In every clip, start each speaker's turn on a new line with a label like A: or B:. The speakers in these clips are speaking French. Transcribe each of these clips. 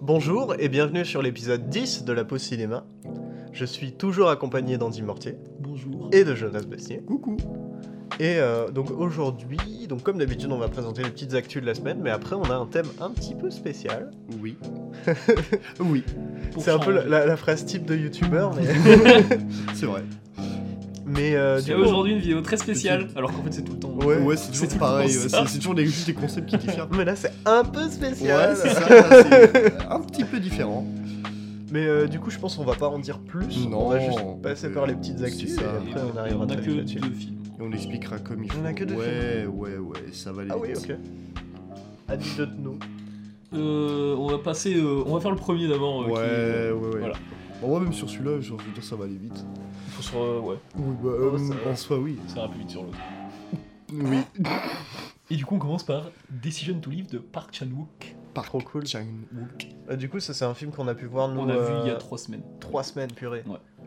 A: Bonjour et bienvenue sur l'épisode 10 de la pause cinéma. Je suis toujours accompagné d'Andy Mortier
B: Bonjour.
A: et de Jonas Bastier.
B: Coucou.
A: Et euh, donc aujourd'hui, donc comme d'habitude, on va présenter les petites actus de la semaine, mais après on a un thème un petit peu spécial.
B: Oui. oui.
A: C'est un peu la, la- la phrase type de youtubeur, mais,
B: C'est vrai.
A: mais euh, du
C: J'ai
A: coup,
C: aujourd'hui une vidéo très spéciale, alors qu'en fait c'est tout le temps.
A: Ouais.
B: Ouais, c'est
C: C'est
B: toujours
C: tout
B: pareil.
C: le temps
B: ouais,
C: ça.
B: C'est c'est toujours des, juste des concepts qui diffèrent.
A: mais là c'est un peu spécial.
B: Ouais, c'est ça. là, C'est euh, un petit peu différent.
A: Mais euh, du coup, je pense qu'on va pas en dire plus. On va
B: Non.
A: juste passer par les petites actus
B: C'est ça.
A: et après on
C: Et
A: arrivera
C: a
A: très
C: que
A: vite
C: deux
A: là-dessus.
C: films.
B: Et on expliquera comme il faut.
A: On a que deux
B: ouais, ouais, ouais, ça va aller.
A: Ah oui,
B: vite.
A: ok. Anecdote-nous.
C: Euh, on va passer, euh, on va faire le premier d'abord. euh, qui-
B: Ouais, ouais, ouais.
C: Voilà.
B: Bon, moi, même sur celui-là, genre, je veux dire, ça va aller vite.
C: Faut sur, euh, ouais,
B: Oui, bah,
A: euh, ça va.
B: en soi, oui.
C: ça ira plus vite sur l'autre.
B: Oui.
C: Et du coup on commence par Decision to Live de Park Chan Wook.
B: Par
A: Trop cool.
B: Chan-wook.
A: Euh, du coup, ça c'est un film qu'on a pu voir nous.
C: On a vu il y a
A: euh,
C: trois semaines. Hmm,
A: trois semaines, purée.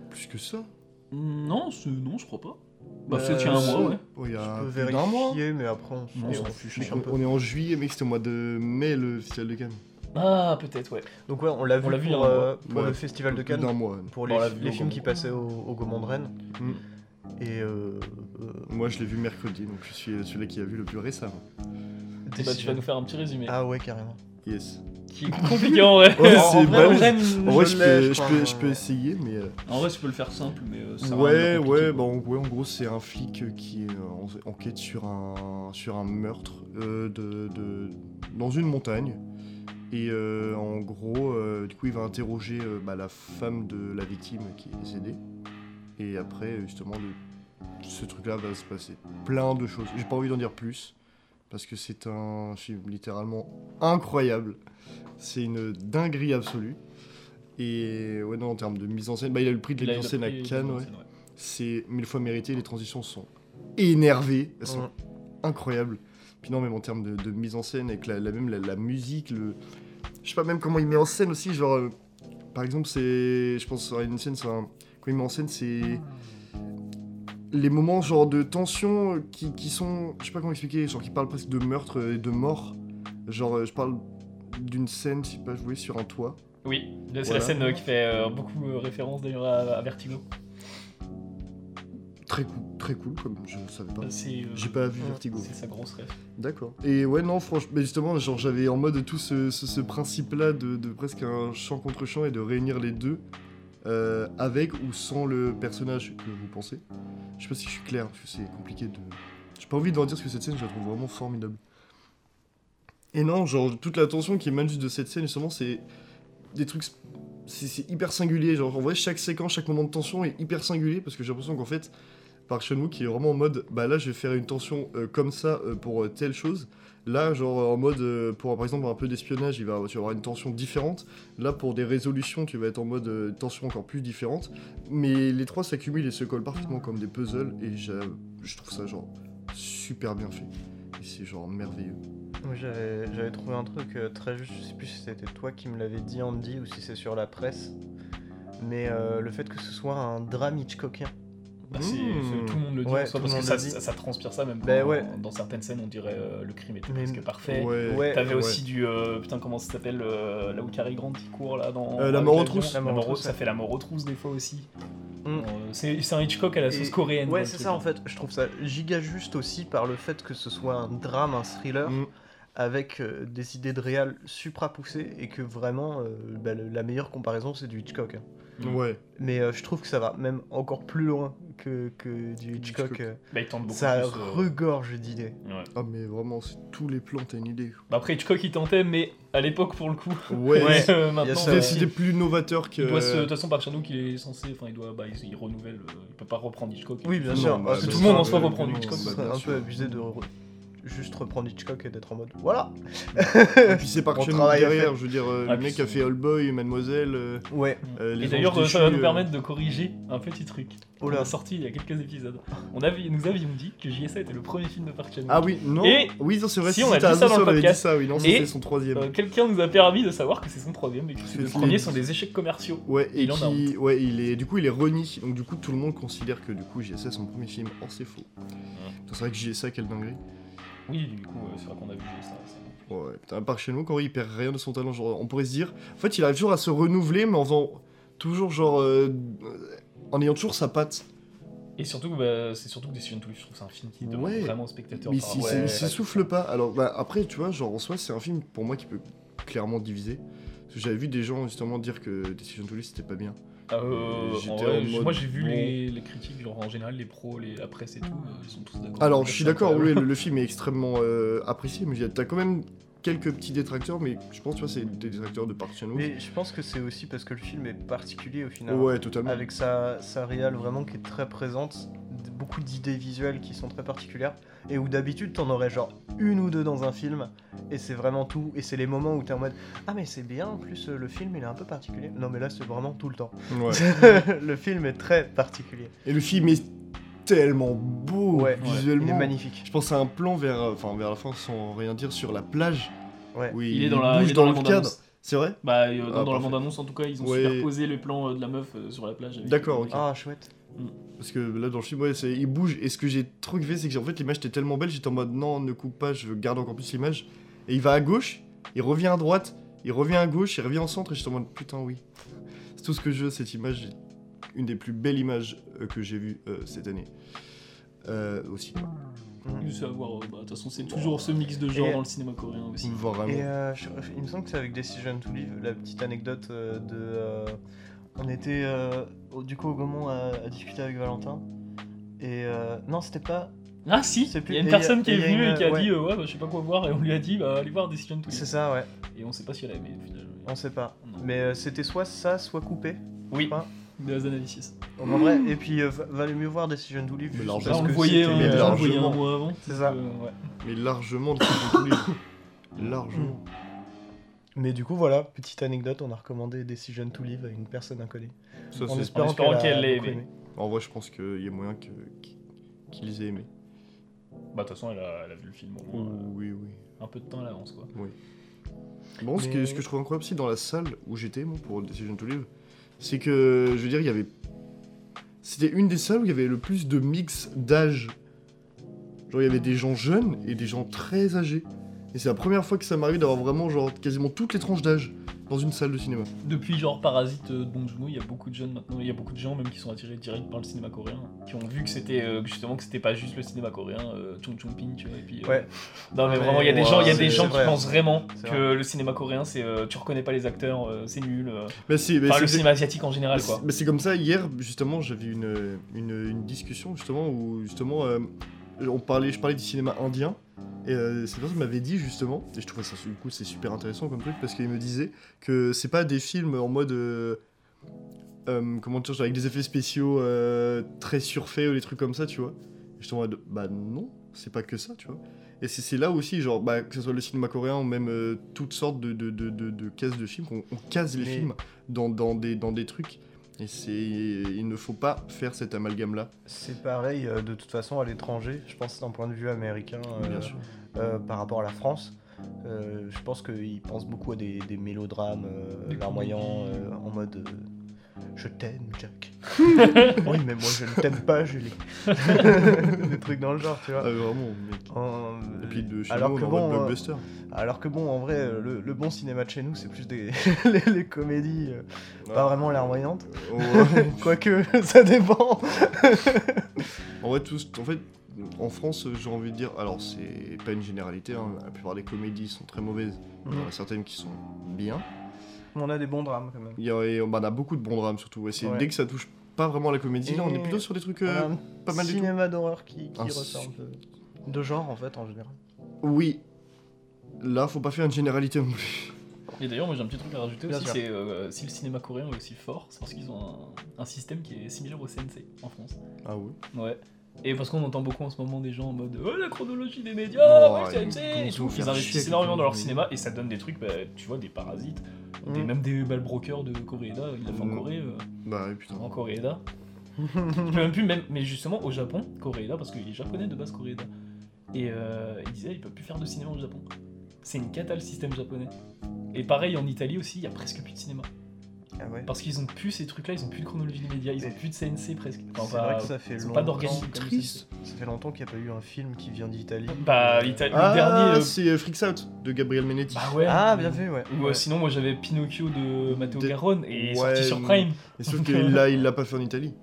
B: Plus que ça.
C: Non, c'est- non, je crois pas. Bah
A: Euh,
C: c'est il y a un
B: Ça,
C: mois, ouais.
B: oh, il y
A: Je
B: a
A: peux
B: plus d'un mois.
A: vérifier, mais après on,
C: Non,
A: on
C: on s'en
A: s'en
C: fiche.
A: fiche un
B: On,
A: peu.
B: on est en juillet, mec, c'était au mois de mai le festival de Cannes.
C: Ah peut-être, ouais.
A: Donc ouais, on l'a vu,
C: On l'a vu il y a
A: pour,
C: un
A: euh, pour
B: Ouais,
A: le festival de
B: Plus D'un
A: Cannes,
B: mois.
A: pour
C: Bon, on
A: les,
C: l'a vu
A: les
C: au
A: films
C: Gaumont.
A: qui passaient au, au Gaumont de Rennes.
B: Mm.
A: Et euh, euh,
B: Moi, je l'ai vu mercredi, donc je suis euh, celui qui a vu le plus récemment.
C: Et bah, tu vas nous faire un petit résumé.
A: Ah ouais, carrément.
B: Yes.
C: Qui est compliqué en vrai.
B: Ouais,
A: En- en
B: c'est
A: vrai,
B: balèze.
A: en vrai,
B: En vrai,
A: je
B: je
A: l'ai, je
B: peux, je
A: crois,
B: peux,
A: ouais.
B: je peux essayer, mais. euh,
C: En vrai, tu peux le faire simple, mais euh, ça
B: Ouais, ouais, bah, en, ouais, en gros, c'est un flic euh, qui est en- enquête sur un, sur un meurtre euh, de, de- dans une montagne. Et euh, en gros, euh, du coup, il va interroger euh, bah, la femme de la victime qui est décédée. Et après, justement, le- ce truc-là va se passer. Plein de choses. J'ai pas envie d'en dire plus. Parce que c'est un film littéralement incroyable. C'est une dinguerie absolue. Et ouais, non, en termes de mise en scène, bah, il a eu le prix de la mise en scène à Cannes. ouais. C'est mille fois mérité, les transitions sont énervées, elles sont
A: Mm.
B: incroyables. Puis non, même en termes de, de mise en scène, avec la, la- même la, la musique, le... je sais pas même comment il met en scène aussi, genre, euh, par exemple, c'est, je pense à une scène, c'est un- quand il met en scène, c'est les moments genre de tension euh, qui, qui sont, je sais pas comment expliquer, genre qui parlent presque de meurtre euh, et de mort. Genre, euh, je parle d'une scène, je sais pas, jouée sur un toit.
C: Oui, c'est
B: Voilà.
C: la scène euh, qui fait euh, beaucoup euh, référence d'ailleurs à, à Vertigo.
B: Très cool, très cool, comme je ne savais pas.
C: Euh, C'est euh,
B: J'ai pas vu
A: ouais,
B: Vertigo.
C: c'est sa grosse rêve.
B: D'accord. Et ouais, non, franchement, mais justement, genre j'avais en mode tout ce, ce- ce principe-là de, de presque un champ contre champ et de réunir les deux euh, avec ou sans le personnage que vous pensez. Je sais pas si je suis clair, parce que c'est compliqué de. J'ai pas envie d'en dire parce que cette scène, je la trouve vraiment formidable. Et non, genre toute la tension qui émane juste de cette scène, justement, c'est des trucs. sp- C'est c'est hyper singulier. Genre en vrai, chaque séquence, chaque moment de tension est hyper singulier parce que j'ai l'impression qu'en fait, par Shenmue qui est vraiment en mode bah là je vais faire une tension euh, comme ça euh, pour euh, telle chose là genre euh, en mode euh, pour par exemple un peu d'espionnage il va tu vas avoir une tension différente là pour des résolutions tu vas être en mode euh, tension encore plus différente mais les trois s'accumulent et se collent parfaitement comme des puzzles et j'a- je trouve ça genre super bien fait Et c'est genre merveilleux
A: Moi, Mm. j'avais j'avais trouvé un truc euh, très juste, je sais plus si c'était toi qui me l'avais dit Andy ou si c'est sur la presse, mais euh, le fait que ce soit un drame Hitchcockien. Mm.
C: Bah, c'est-
B: Mmh.
C: c'est- Tout le monde le dit
A: Hmm. Ouais,
C: en soi,
A: tout le
C: parce que
A: monde
C: ça,
A: le dit.
C: ça- ça transpire ça même.
A: Bah
C: dans,
A: ouais.
C: dans certaines scènes, on dirait euh, le crime était
A: Mais-
C: presque parfait.
A: ouais,
C: T'avais
B: ouais.
C: aussi du. euh, putain, comment ça s'appelle euh, Là où Cary Grant il court là dans.
B: Euh, la
C: avec
B: mort aux
C: l'avion.
B: trousses.
C: La mort aux
A: trousses,
C: trousses, ça
A: ouais.
C: fait la mort aux trousses des fois aussi.
A: Mmh.
C: Euh, c'est c'est un Hitchcock à la sauce
A: Et-
C: coréenne. quoi,
A: Ouais,
C: le
A: c'est
C: truc,
A: ça
C: hein.
A: en fait. Je trouve ça giga juste aussi par le fait que ce soit un drame, un thriller,
B: Mm.
A: avec euh, des idées de réal supra poussées et que vraiment euh, bah, le- la meilleure comparaison c'est du Hitchcock. hein.
B: ouais
A: Mais euh, je trouve que ça va même encore plus loin que, que du Hitchcock.
B: Hitchcock.
A: euh.
C: Bah, il tente beaucoup
A: Ça
C: plus, euh,
A: regorge d'idées.
C: ouais.
B: ah mais vraiment c'est tous les plans t'as une idée
C: Bah, après Hitchcock il tentait, mais à l'époque pour le coup.
A: Ouais.
B: ouais,
C: euh, maintenant,
A: ça
B: c'est
C: euh,
A: aussi.
B: c'était plus novateur que
C: Il doit se- De toute façon, par Chan-wook, il est censé. Enfin, il doit. Bah, il, il renouvelle. euh, il peut pas reprendre Hitchcock.
A: Oui, bien
B: Non,
A: sûr.
B: bah,
A: Ah, c'est
C: tout
A: sûr
C: le monde en
A: que
C: soi
B: euh,
C: reprend
B: non,
C: Hitchcock,
A: Ce
B: bah,
A: serait
B: bien
A: un
B: sûr.
A: peu abusé de re- juste reprendre Hitchcock et d'être en mode voilà.
B: Et puis c'est par
A: On
B: chez nous
A: travaille
B: derrière, je veux dire, euh,
C: Ah,
B: le
C: puis
B: mec a
C: c'est-
B: fait All Boy, Mademoiselle, euh,
A: Ouais.
B: euh, les
C: Et
B: Anges
C: d'ailleurs, euh,
B: Déchus,
C: ça va
B: euh,
C: nous permettre de corriger un petit truc.
A: Oh
C: On
A: là.
C: a sorti il y a quelques épisodes. On avait, nous avions dit que JSA était le premier film de Park Chan-wook.
B: Ah oui, non
C: Et-
B: Oui, non, c'est vrai,
C: si,
B: si,
C: on a
B: t'as
C: dit ça
B: raison,
C: dans le
B: on avait dit
C: podcast.
B: ça, oui, non,
C: Et-
B: c'est son troisième.
C: Euh, Quelqu'un nous a permis de savoir que c'est son troisième et que
B: C'est
C: ses deux
B: les-
C: premiers sont des échecs commerciaux.
B: Ouais, et
C: il en a
B: qui, ouais, il est, du coup, il est reni. Donc, du coup, tout le monde considère que, du coup, JSA, c'est son premier film. Or, c'est faux. Putain, C'est vrai que JSA, quelle dinguerie.
C: Oui, du coup, euh, c'est vrai qu'on a vu JSA. récemment.
B: Ouais, putain, à part chez nous, quand il perd rien de son talent, genre, on pourrait se dire. En fait, il arrive toujours à se renouveler, mais en faisant toujours genre. euh, en ayant toujours sa patte.
C: Et surtout, bah, c'est surtout que Decision to Live, je trouve que c'est un film qui demande
B: Ouais.
C: vraiment au spectateur.
B: Mais
C: par
B: si-
C: rapport-
A: ouais,
B: si- il
A: ouais,
B: s'essouffle pas. Alors bah, après, tu vois, genre en soi, c'est un film pour moi qui peut clairement diviser. Parce que j'avais vu des gens justement dire que Decision to Live c'était pas bien.
C: Euh,
B: J'étais
C: en
B: en
C: vrai,
B: mode
C: moi j'ai vu
B: bon.
C: les, les critiques, genre en général les pros, les, la presse et tout, euh, ils sont tous d'accord.
B: Alors je suis
C: C'est
B: d'accord, oui,
C: incroyable.
B: le, le film est extrêmement euh, apprécié, mais il y a- t'as quand même quelques petits détracteurs, mais je pense, tu vois, c'est des détracteurs de Park chan
A: Mais je pense que c'est aussi parce que le film est particulier au final.
B: Ouais, totalement.
A: Avec sa, sa réal vraiment qui est très présente, d- beaucoup d'idées visuelles qui sont très particulières, et où d'habitude t'en aurais genre une ou deux dans un film, et c'est vraiment tout, et c'est les moments où t'es en mode Ah mais c'est bien, en plus euh, le film il est un peu particulier. Non mais là c'est vraiment tout le temps.
B: Ouais.
A: le film est très particulier.
B: Et le film est tellement beau
A: Ouais,
B: visuellement.
A: Il est magnifique.
B: Je pense à un plan vers, euh, enfin, vers la fin sans rien dire sur la plage.
A: Ouais.
B: où
C: Il est dans la,
B: bouge
C: il est dans la
B: le
C: bande
B: cadre.
C: annonce.
B: C'est vrai
C: Bah, euh, dans,
B: Ah,
C: dans la
B: parfait.
C: bande annonce en tout cas, ils ont
B: Ouais.
C: superposé le plan euh, de la meuf euh, sur la plage. avec-
B: D'accord,
C: avec-
B: ok.
A: Ah chouette.
B: Parce que là dans le film, ouais, c'est- il bouge. Et ce que j'ai trop kiffé, c'est que en fait l'image était tellement belle, j'étais en mode non, ne coupe pas, je garde encore plus l'image. Et il va à gauche, il revient à droite, il revient à gauche, il revient au centre, et j'étais en mode putain, oui. C'est tout ce que je veux, cette image, une des plus belles images euh, que j'ai vues euh, cette année. Euh, au cinéma.
A: Mhm.
C: Juste à voir, euh, bah, de toute façon, c'est toujours ce mix de genres
A: Et-
C: dans le cinéma coréen aussi.
B: Vraiment.
A: Et euh, je- je- il me semble que c'est avec Decision to Live, la petite anecdote euh, de. euh, on était euh, au- du coup au Gaumont à, à discuter avec Valentin. Et euh, non, c'était pas.
C: Ah si,
A: C'est
C: il
A: plus-
C: y a une
A: et
C: personne
A: y a-
C: qui est
A: et y a
C: venue
A: une-
C: et qui a
A: ouais.
C: dit euh, ouais bah, je sais pas quoi voir et on lui a dit bah allez voir Decision to Live.
A: C'est ça, ouais.
C: Et on sait pas si elle a aimé au final.
A: On sait pas.
C: Non.
A: Mais euh, c'était soit ça, soit coupé.
C: Oui.
A: Enfin,
C: De la analysis.
A: en vrai. Et puis, euh, va- valait mieux voir Decision to Live.
B: Mais
A: juste
B: l'argent,
C: Là
A: parce
C: Mmh. on le
A: que
C: voyait,
A: c'était-
C: hein,
B: mais
C: on le voyait un
B: largement.
C: mois avant.
A: C'est ça.
C: Euh, ouais.
B: Mais largement, de tous les-
C: hein.
B: largement.
A: Mmh. Mais du coup, voilà, petite anecdote, on a recommandé Decision to Live à une personne inconnue.
B: Ça,
A: En
B: c'est-
A: espérant,
C: en espérant qu'elle l'ait
A: a beaucoup
C: aimé.
A: aimé.
B: En vrai, je pense qu'il y a moyen que- qu'- qu'ils aient aimé.
C: Bah de toute façon elle a, elle a vu le film au moins
A: Hmm.
B: Oui, oui.
C: euh, un peu de temps à l'avance quoi.
B: Bon, ce, que,
A: Mais-
B: ce que je trouve incroyable aussi dans la salle où j'étais, moi, pour Decision to Live, c'est que, je veux dire, il y avait. C'était une des salles où il y avait le plus de mix d'âge. Genre, il y avait des gens jeunes et des gens très âgés. Et c'est la première fois que ça m'arrive d'avoir vraiment, genre, quasiment toutes les tranches d'âge dans une salle de cinéma.
C: Depuis genre Parasite euh, de Bong Joon-ho, il y a beaucoup de jeunes maintenant, il y a beaucoup de gens même qui sont attirés direct par le cinéma coréen, qui ont vu que c'était euh, que justement que c'était pas juste le cinéma coréen, euh, Chung Chung Ping, tu vois, et puis. euh,
A: Ouais.
C: Non mais
A: Ouais,
C: vraiment, il y a des
B: ouais,
C: gens, il y a
B: c'est-
C: des gens
A: c'est
C: qui
A: vrai.
C: pensent vraiment
A: C'est
C: que
A: vrai.
C: le cinéma coréen, c'est euh, tu reconnais pas les acteurs, euh, c'est nul. euh.
B: Mais c'est mais
C: Enfin le
B: c'est-
C: cinéma asiatique en général
B: Mais
C: quoi.
B: c'est- mais c'est comme ça, hier, justement, j'avais une, une, une discussion, justement, où, justement, euh, on parlait, je parlais du cinéma indien, et euh, cette personne m'avait dit, justement, et je trouvais ça, du coup, c'est super intéressant comme truc, parce qu'il me disait que c'est pas des films en mode... euh, euh, comment dire, genre avec des effets spéciaux euh, très surfaits ou des trucs comme ça, tu vois. Et je en mode, bah non, c'est pas que ça, tu vois. Et c'est- c'est là aussi, genre, bah, que ce soit le cinéma coréen ou même euh, toutes sortes de, de, de, de, de cases de films, qu'on on case les
A: Mais-
B: films dans, dans, des, dans des trucs. Et c'est, il ne faut pas faire cet amalgame-là,
A: C'est pareil, euh, de toute façon, à l'étranger, je pense d'un point de vue américain. euh,
B: bien sûr.
A: Euh, par rapport à la France. euh, je pense qu'ils pensent beaucoup à des, des mélodrames euh,
C: Des
A: larmoyants
C: comédies.
A: euh, en mode euh, Je t'aime, Jack. oui, mais moi je ne t'aime pas, Julie. des trucs dans le genre, tu
B: Ah,
A: vois.
B: vraiment, mec.
A: En-
B: Et puis de chez
A: alors
B: nous, on
A: que
B: est en
A: bon,
B: mode
A: euh,
B: blockbuster.
A: alors que bon, en vrai, euh, le, le bon cinéma de chez nous, c'est plus des les, les comédies euh, pas vraiment larmoyantes.
B: Ouais.
A: Quoique, ça dépend.
B: En vrai, tous, en fait, en France, j'ai envie de dire, alors c'est pas une généralité, hein, la plupart des comédies sont très mauvaises, il
A: Mm.
B: y en a certaines qui sont bien.
A: On a des bons drames quand même.
B: Il y a, et on en a beaucoup de bons drames surtout. ouais, c'est-
A: Ouais.
B: Dès que ça touche pas vraiment à la comédie, là, on
A: Et-
B: est plutôt sur des trucs
A: On a
B: euh,
A: un
B: pas mal du tout.
A: cinéma d'horreur qui, qui
B: Un
A: ressort un peu. De genre en fait, en général.
B: Oui. Là, faut pas faire une généralité non plus.
C: Et d'ailleurs, moi j'ai un petit truc à rajouter
A: Bien
C: aussi,
A: sûr.
C: c'est euh, si le cinéma coréen est aussi fort, c'est parce qu'ils ont un, un système qui est similaire au CNC en France.
B: Ah ouais.
C: Ouais. Et parce qu'on entend beaucoup en ce moment des gens en mode Oh la chronologie des médias,
B: Oh,
C: ouais,
B: ils
C: CNC et
B: commencent à
C: tout.
B: nous
C: Ils
B: faire chier
C: investissent
B: avec
C: énormément
B: les
C: dans leur
B: gens.
C: cinéma et ça donne des trucs, bah, tu vois, des parasites, des,
A: Mm.
C: même des ball brokers de Koreeda, il a fait en
B: Mm.
C: Corée, euh,
B: Bah oui, putain.
A: Ah,
C: en Koreeda. Je peux même plus, même, mais justement au Japon, Koreeda, parce qu'il est japonais de base Koreeda. Et euh, il disait, il peut plus faire de cinéma au Japon. C'est une cata le système japonais. Et pareil en Italie aussi, il y a presque plus de cinéma.
A: Ah ouais.
C: Parce qu'ils ont plus ces trucs-là, ils ont plus de chronologie des médias, ils ont
A: Mais-
C: plus de CNC presque. Enfin,
A: C'est
C: pas-
B: bah,
A: vrai que ça fait
C: ils ont
A: longtemps.
C: pas d'organisme comme
B: Triste.
C: CNC.
A: Ça fait longtemps qu'il n'y a pas eu un film qui vient d'Italie.
C: Bah, l'Italie-
B: Ah,
C: le dernier. euh,
B: c'est euh, Freaks Out de Gabriel Menetti.
C: Bah ouais.
A: Ah, bien vu, ouais.
C: Ou euh,
A: Ouais.
C: sinon, moi j'avais Pinocchio de Matteo
B: De-
C: Garonne et
B: Ouais,
C: sorti sur
B: mais-
C: Prime.
B: Et sauf qu'il l'a, il l'a pas fait en Italie.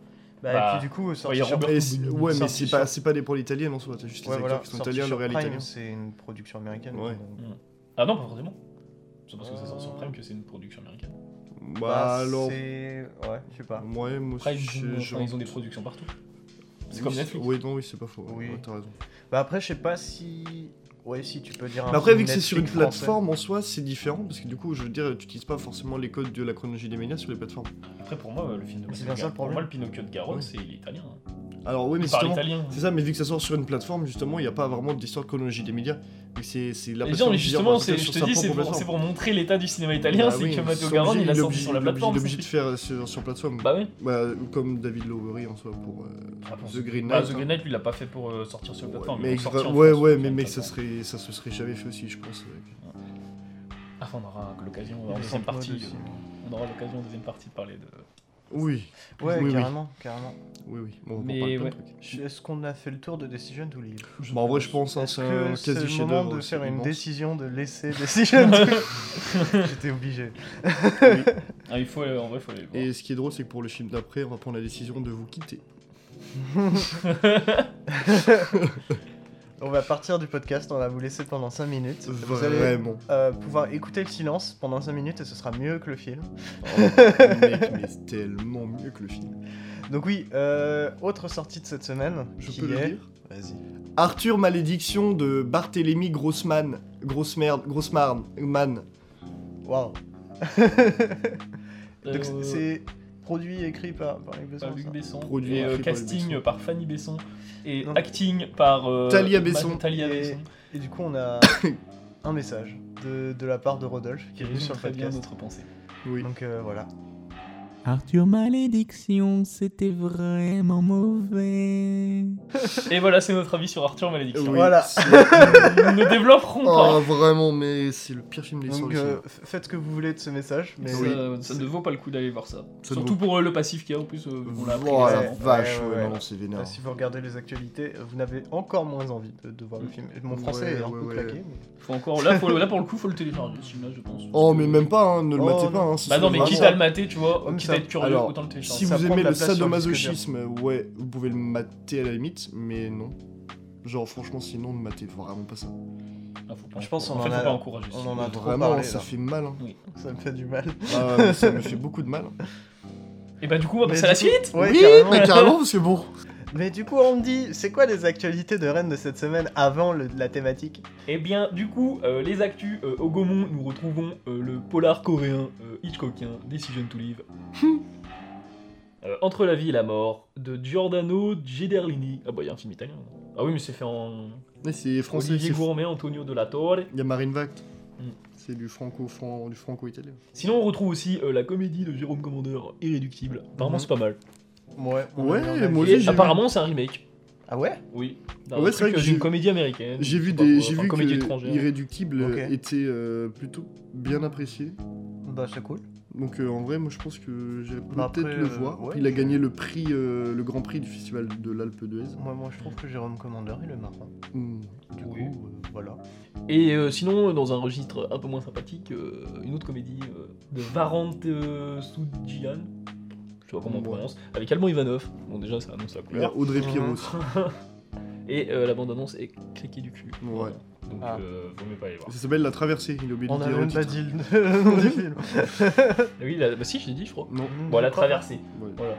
A: Bah,
C: Bah,
A: et puis du coup, sorti
C: voyez,
A: sur-
C: Robert-
B: Et c'est- ouais, mais
A: Sorti
B: c'est
A: sur-
B: pas, c'est pas des rôles italiens en soi. T'as juste les
A: Ouais,
B: acteurs
A: voilà,
B: qui sont
A: sorti
B: italiens, le
A: sur
B: réel
A: Prime,
B: italien.
A: C'est une production américaine.
B: Ouais.
A: donc,
C: Ah non, pas forcément. C'est parce que ça sort sur Prime que c'est une production américaine.
B: Bah,
A: bah,
B: alors.
A: c'est- Ouais, je sais pas.
B: Ouais, moi
C: Prime,
B: aussi,
C: ils ont-
B: je- je-
C: enfin, ils ont des productions partout. C'est
B: Oui,
C: comme Netflix.
B: Oui, non, oui, c'est pas faux.
A: Oui.
B: Oui. t'as raison.
A: Bah après, je sais pas si. Ouais, si tu peux dire un
B: Mais Bah, après,
A: film
B: vu que c'est sur une
A: Netflix français.
B: plateforme en soi, c'est différent parce que du coup, je veux dire, tu utilises pas forcément les codes de la chronologie des médias sur les plateformes.
C: Après, pour moi, le film de
A: Mais c'est bien
C: Matteo
A: ça, le
C: Garonne- Pour
A: problème.
C: moi, le Pinocchio de Garonne,
B: Oui.
C: c'est il est italien. hein.
B: Alors, oui, mais
C: Il parle
B: justement,
C: italien.
B: c'est ça, mais vu que ça sort sur une plateforme, justement, il n'y a pas vraiment d'histoire de chronologie des médias. Vu que c'est c'est la
C: Et genre,
B: plateforme qui gère,
C: justement,
B: en tout cas,
C: c'est- je
B: sur
C: te
B: bah, sa
C: dis,
B: propre
C: c'est pour,
B: plateforme.
C: c'est pour montrer l'état du cinéma italien,
B: Bah
C: c'est
B: oui,
C: que
B: ils
C: Matteo
B: sont
C: Garonne,
B: obligés-
C: il a
B: est
C: sorti
B: obligé-
C: sur la
B: il est
C: plateforme.
B: obligé- Il est obligé de faire euh, sur, sur plateforme.
C: Bah ouais.
B: Bah, comme David Lowery en soi pour euh,
C: Ah, pour-
B: The Green
C: Ah,
B: Knight.
C: The
B: hein.
C: Green Knight, lui, il l'a pas fait pour euh, sortir sur la
B: Ouais,
C: plateforme.
B: mais
C: il l'a sorti en
B: ouais,
C: France,
B: ouais,
C: sur
B: mais,
C: la
B: mais ça,
C: plateforme.
B: serait, ça se serait jamais fait aussi, je pense. avec-
C: Ah, Enfin, on aura l'occasion
A: Il
C: en
A: me
C: deuxième
A: semble
C: partie.
A: aussi.
C: euh, On aura l'occasion en deuxième partie de parler de.
B: Oui,
A: Ouais,
B: Oui, oui.
A: carrément, carrément.
B: oui, oui. Bon, on
C: Mais
B: parle plein de
C: ouais.
B: trucs.
A: Je- Est-ce qu'on a fait le tour de Decision to Leave
B: Bah, en vrai, je pense, hein,
A: Est-ce
B: c'est un
A: que c'est
B: quasi
A: le
B: chef
A: moment
B: d'œuvre.
A: de faire une
B: immense.
A: décision de laisser Decision to Leave J'étais obligé.
C: Ah, il faut, aller- en vrai, faut aller le voir.
B: Et ce qui est drôle, c'est que pour le film d'après, on va prendre la décision de vous quitter.
A: On va partir du podcast, on va vous laisser pendant 5 minutes. Vous allez
B: Vraiment.
A: euh, pouvoir écouter le silence pendant 5 minutes et ce sera mieux que le film.
B: Oh, mec, mais c'est tellement mieux que le film.
A: Donc oui, euh, autre sortie de cette semaine
B: Je
A: qui
B: peux
A: est...
B: le dire
A: Vas-y.
B: Arthur Malédiction de Barthélemy Grossman. Grosse merde, grosse marne, man.
A: Waouh. Donc
C: Euh,
A: c'est produit et écrit par, par les besoins.
C: Par Luc Besson,
B: Produit
C: et
B: par
C: euh,
B: Luc
C: casting
B: Besson.
C: par Fanny Besson, et
A: Non.
C: acting par euh,
B: Thalia
C: Ma-
B: Besson.
C: Thalia
A: Et-
C: Besson,
A: Et du coup, on a un message de, de la part de Rodolphe qui est venu sur le
C: très bien
A: podcast.
C: notre pensée.
B: Oui.
A: Donc euh, voilà.
D: Arthur Malédiction, c'était vraiment mauvais.
C: Et voilà, c'est notre avis sur Arthur Malédiction.
B: Oui,
A: Voilà.
B: c'est-
C: Nous ne développerons
B: Oh,
C: pas.
B: vraiment, mais c'est le pire film des
A: Donc
B: cinéma.
A: euh, f- faites ce que vous voulez de ce message. Mais euh,
C: Ça,
B: oui.
C: ça ne vaut pas le coup d'aller voir ça.
B: Ça ne
C: Surtout pour euh, le passif qu'il y a en plus. euh, on l'a appris
B: Oh la
A: ouais,
C: récemment.
B: vache,
A: ouais,
B: ouais,
A: ouais.
B: non, non, c'est
A: euh,
B: vénère.
A: si vous regardez les actualités, euh, vous n'avez encore moins envie de, de voir le
C: Mm.
A: film. Et Mon
B: Ouais,
A: français est un
B: ouais,
A: peu
B: ouais.
A: claqué. mais-
C: Faut encore... là, faut- là, pour le coup, faut le télécharger, ce film-là, je pense.
B: Oh, mais même pas, hein, ne le
A: Oh,
B: matez
A: non.
B: pas. Hein, ce
C: Bah non,
B: sont
C: mais
B: vraiment-
C: quitte à le mater, tu vois,
A: Comme
C: quitte
A: ça.
C: à être curieux,
B: Alors,
C: autant le
B: Si
C: télécharger.
A: Ça
B: vous
A: prend de
B: aimez
A: la
B: le
A: place sur le
B: sadomasochisme, ouais, vous pouvez le mater à la limite, mais non. Genre, franchement, sinon, ne matez vraiment pas ça.
C: Ah, faut pas-
A: Je pense qu'on
C: en fait,
A: en a-
C: faut pas encourager.
A: on en a trop
B: Vraiment,
A: parlé.
B: ça
A: là.
B: fait mal. Hein.
A: Ça me fait du mal.
B: Ah, mais ça me fait beaucoup de mal.
C: Et bah, du coup, on va
A: Mais
C: passer à la
A: du coup-
C: suite.
A: Ouais,
B: oui,
A: carrément.
B: mais carrément, parce que bon.
A: Mais du coup, on me dit, c'est quoi les actualités de Rennes de cette semaine avant le- la thématique
C: Eh bien, du coup, euh, les actus, euh, au Gaumont, nous retrouvons euh, le polar coréen euh, Hitchcockien, Decision to Live. Euh, Entre la vie et la mort, de Giordano Gederlini. Ah bah, il y a un film italien. Ah oui, mais c'est fait en.
B: Mais c'est français.
C: Olivier
B: c'est-
C: Gourmet, Antonio de la Torre.
B: Il y a Marine Vact.
C: Mm.
B: C'est du franco fran- du franco-italien.
A: Mm.
C: Sinon, on retrouve aussi euh, la comédie de Jérôme Commandeur, Irréductible. Apparemment,
A: Mhm.
C: c'est pas mal.
A: Ouais, on
B: Ouais,
A: a bien
B: moi
A: avis.
B: aussi,
C: Et
B: j'ai vu.
C: apparemment, c'est un remake.
A: Ah ouais
C: Oui. D'un
B: Ouais, c'est
C: truc
B: vrai que
C: euh, d'une
B: j'ai-
C: comédie américaine.
B: J'ai vu
C: Enfin,
B: des,
C: euh,
B: j'ai
C: enfin,
B: vu que
C: comédie étrangère.
B: Irréductible euh,
A: Ok.
B: était euh, plutôt bien apprécié.
A: Bah c'est cool.
B: Donc euh, en vrai, moi je pense que j'irai peut-être
A: Bah, après,
B: le
A: euh,
B: voir.
A: ouais,
B: Il a
A: je-
B: gagné le prix, euh, le Grand Prix du Festival de l'Alpe d'Huez.
A: Moi, moi je trouve que Jérôme Commandeur il est marrant.
B: Mm.
A: Du
C: Oui.
A: coup, euh, voilà.
C: Et euh, sinon, dans un registre un peu moins sympathique, euh, une autre comédie euh, de Varant euh, Soudjian, je sais pas comment on
B: Ouais.
C: prononce, avec Allemand Ivanov. Bon, déjà, ça annonce la
B: Il y a
C: couleur.
B: Euh, Audrey
A: Mhm.
B: Pierrot aussi.
C: Et euh, la bande-annonce est cliquée du cul.
B: Ouais.
C: Donc,
A: Ah.
C: euh, vaut mieux pas aller voir.
B: Ça s'appelle La Traversée, il a oublié de
A: On a
B: dire le
A: même pas
B: titre.
A: dit le nom du film.
C: Ah oui, la- bah si, je l'ai dit, je crois.
B: Non.
C: Bon, la
A: Je crois pas.
C: traversée.
B: Ouais.
C: Voilà.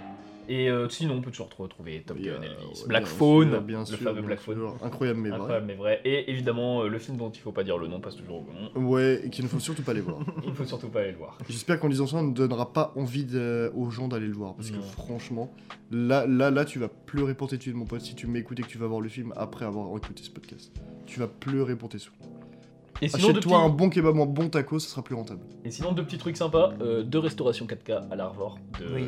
C: Et euh, sinon, on peut toujours retrouver Top
B: Il y a-
C: Gun, Elvis,
B: euh, ouais,
C: Black
B: bien
C: Phone,
B: sûr, bien
C: le
B: sûr,
C: fameux
B: bien
C: Black
B: sûr.
C: Phone.
B: Incroyable mais vrai.
C: Incroyable, mais vrai. Et évidemment, euh, le film dont il faut pas dire le nom passe toujours au bon.
B: Ouais, et qu'il ne faut surtout pas les voir.
C: Il faut surtout pas aller le voir.
B: J'espère qu'en disant ça, on ne donnera pas envie de- aux gens d'aller le voir. Parce
C: Non.
B: que franchement, là, là, là, tu vas pleurer pour tes tuiles, mon pote, si tu m'écoutes et que tu vas voir le film après avoir écouté ce podcast. Tu vas pleurer pour tes sous.
C: Et sinon, deux
B: Achète-toi
C: petits-
B: un bon kebab, un bon taco, ça sera plus rentable.
C: Et sinon, deux petits trucs sympas euh, de Restauration 4K à l'Arvor, de,
A: Oui.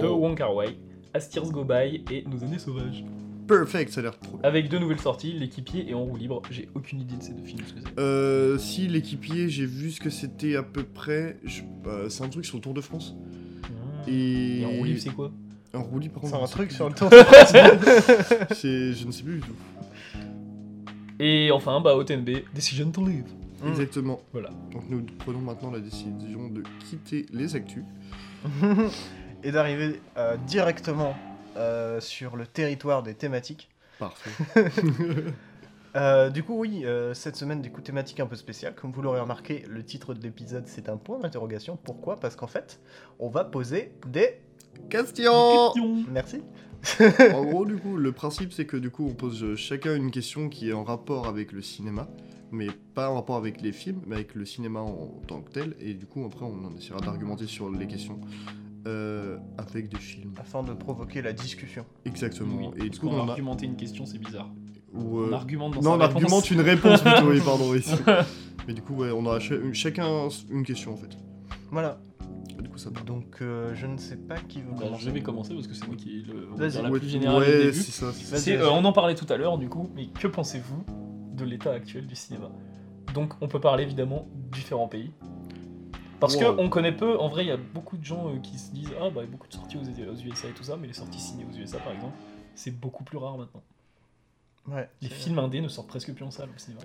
C: de
B: Oh.
C: Wong Kar Wai, Astirs Go By et Nos années sauvages.
B: Perfect, ça a l'air trop bien.
C: Avec deux nouvelles sorties, L'équipier et En roue libre. J'ai aucune idée de ces deux films. ce que c'est.
B: Euh, si l'équipier, j'ai vu ce que c'était à peu près. je- euh, c'est un truc sur le Tour de France. Et,
C: Et en roue libre, c'est quoi
B: Un roulis, par contre.
A: C'est un
B: je sais
A: truc
B: plus
A: sur
B: du
A: le
B: tout.
A: tour.
B: C'est- Je ne sais plus du tout.
C: Et enfin, bah, OTNB, Decision to Live.
A: Mm.
B: Exactement.
C: Voilà.
B: Donc nous prenons maintenant la décision de quitter les actus.
A: et d'arriver euh, directement euh, sur le territoire des thématiques.
B: Parfait.
A: Euh, du coup, oui, euh, cette semaine, du coup, thématique un peu spéciale. Comme vous l'aurez remarqué, le titre de l'épisode, c'est un point d'interrogation. Pourquoi Parce qu'en fait, on va poser des...
B: Question
A: Merci.
B: En gros, du coup, le principe, c'est que du coup, on pose chacun une question qui est en rapport avec le cinéma, mais pas en rapport avec les films, mais avec le cinéma en tant que tel. Et du coup, après, on en essaiera d'argumenter sur les questions euh, avec des films.
A: Afin de provoquer la discussion.
B: Exactement.
C: et
B: et
C: parce
B: du coup,
C: qu'on
B: on,
C: a
B: a.
C: argumenté une question, c'est bizarre.
B: ou, euh,
C: On argumente dans
B: non,
C: sa
B: on
C: réponse.
B: argumente une réponse plutôt, oui, pardon. oui. Mais du coup, ouais, on aura ch- chacun une question en fait.
A: Voilà.
B: Et du coup, ça part.
A: Donc, euh, je ne sais pas qui veut
C: Bah,
A: commencer.
C: je vais commencer parce que c'est moi qui ai le- on va
A: Vas-y.
C: dire la
B: Ouais,
C: plus générale au
B: ouais,
C: début.
B: c'est ça. c'est ça.
A: Vas-y,
C: C'est,
A: vas-y.
C: euh, on en parlait tout à l'heure du coup, mais que pensez-vous de l'état actuel du cinéma Donc on peut parler évidemment de différents pays. Parce
B: Wow.
C: que on connaît peu, en vrai il y a beaucoup de gens euh, qui se disent ah bah il y a beaucoup de sorties aux, aux USA et tout ça, mais les sorties ciné aux USA par exemple, c'est beaucoup plus rare maintenant.
A: Ouais.
C: Les
A: c'est-
C: films indés ne sortent presque plus en salle au cinéma.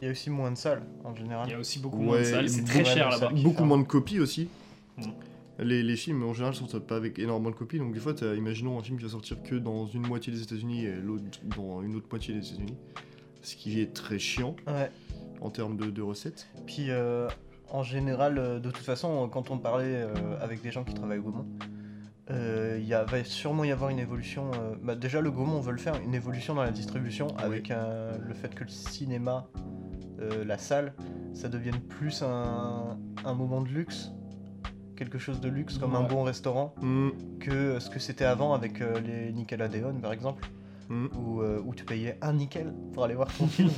A: Il y a aussi moins de salles, en
C: Il y
A: général.
C: a aussi beaucoup moins de
B: Ouais,
C: salles, c'est
B: beaucoup
C: très
A: moins
C: cher
A: de
C: là-bas.
A: salles.
B: beaucoup
A: Différent.
B: moins de copies aussi.
C: Mm.
B: Les, les films en général sortent pas avec énormément de copies, donc des fois, t'as- imaginons un film qui va sortir que dans une moitié des États-Unis et l'autre dans une autre moitié des États-Unis, ce qui est très chiant
A: Ouais.
B: en termes de, de recettes.
A: Puis, euh, en général, euh, de toute façon, euh, quand on parlait euh, avec des gens qui travaillent au Gaumont, euh, il y a- va sûrement y avoir une évolution. euh, bah, déjà, le Gaumont veut le faire, une évolution dans la distribution avec euh, le fait que le cinéma, euh, la salle, ça devienne plus un, un moment de luxe, quelque chose de luxe comme un
C: Ouais.
A: bon restaurant,
B: Mm,
A: que euh, ce que c'était avant avec euh, les Nickelodeon par exemple.
B: mm.
A: où, euh, où tu payais un nickel pour aller voir ton film.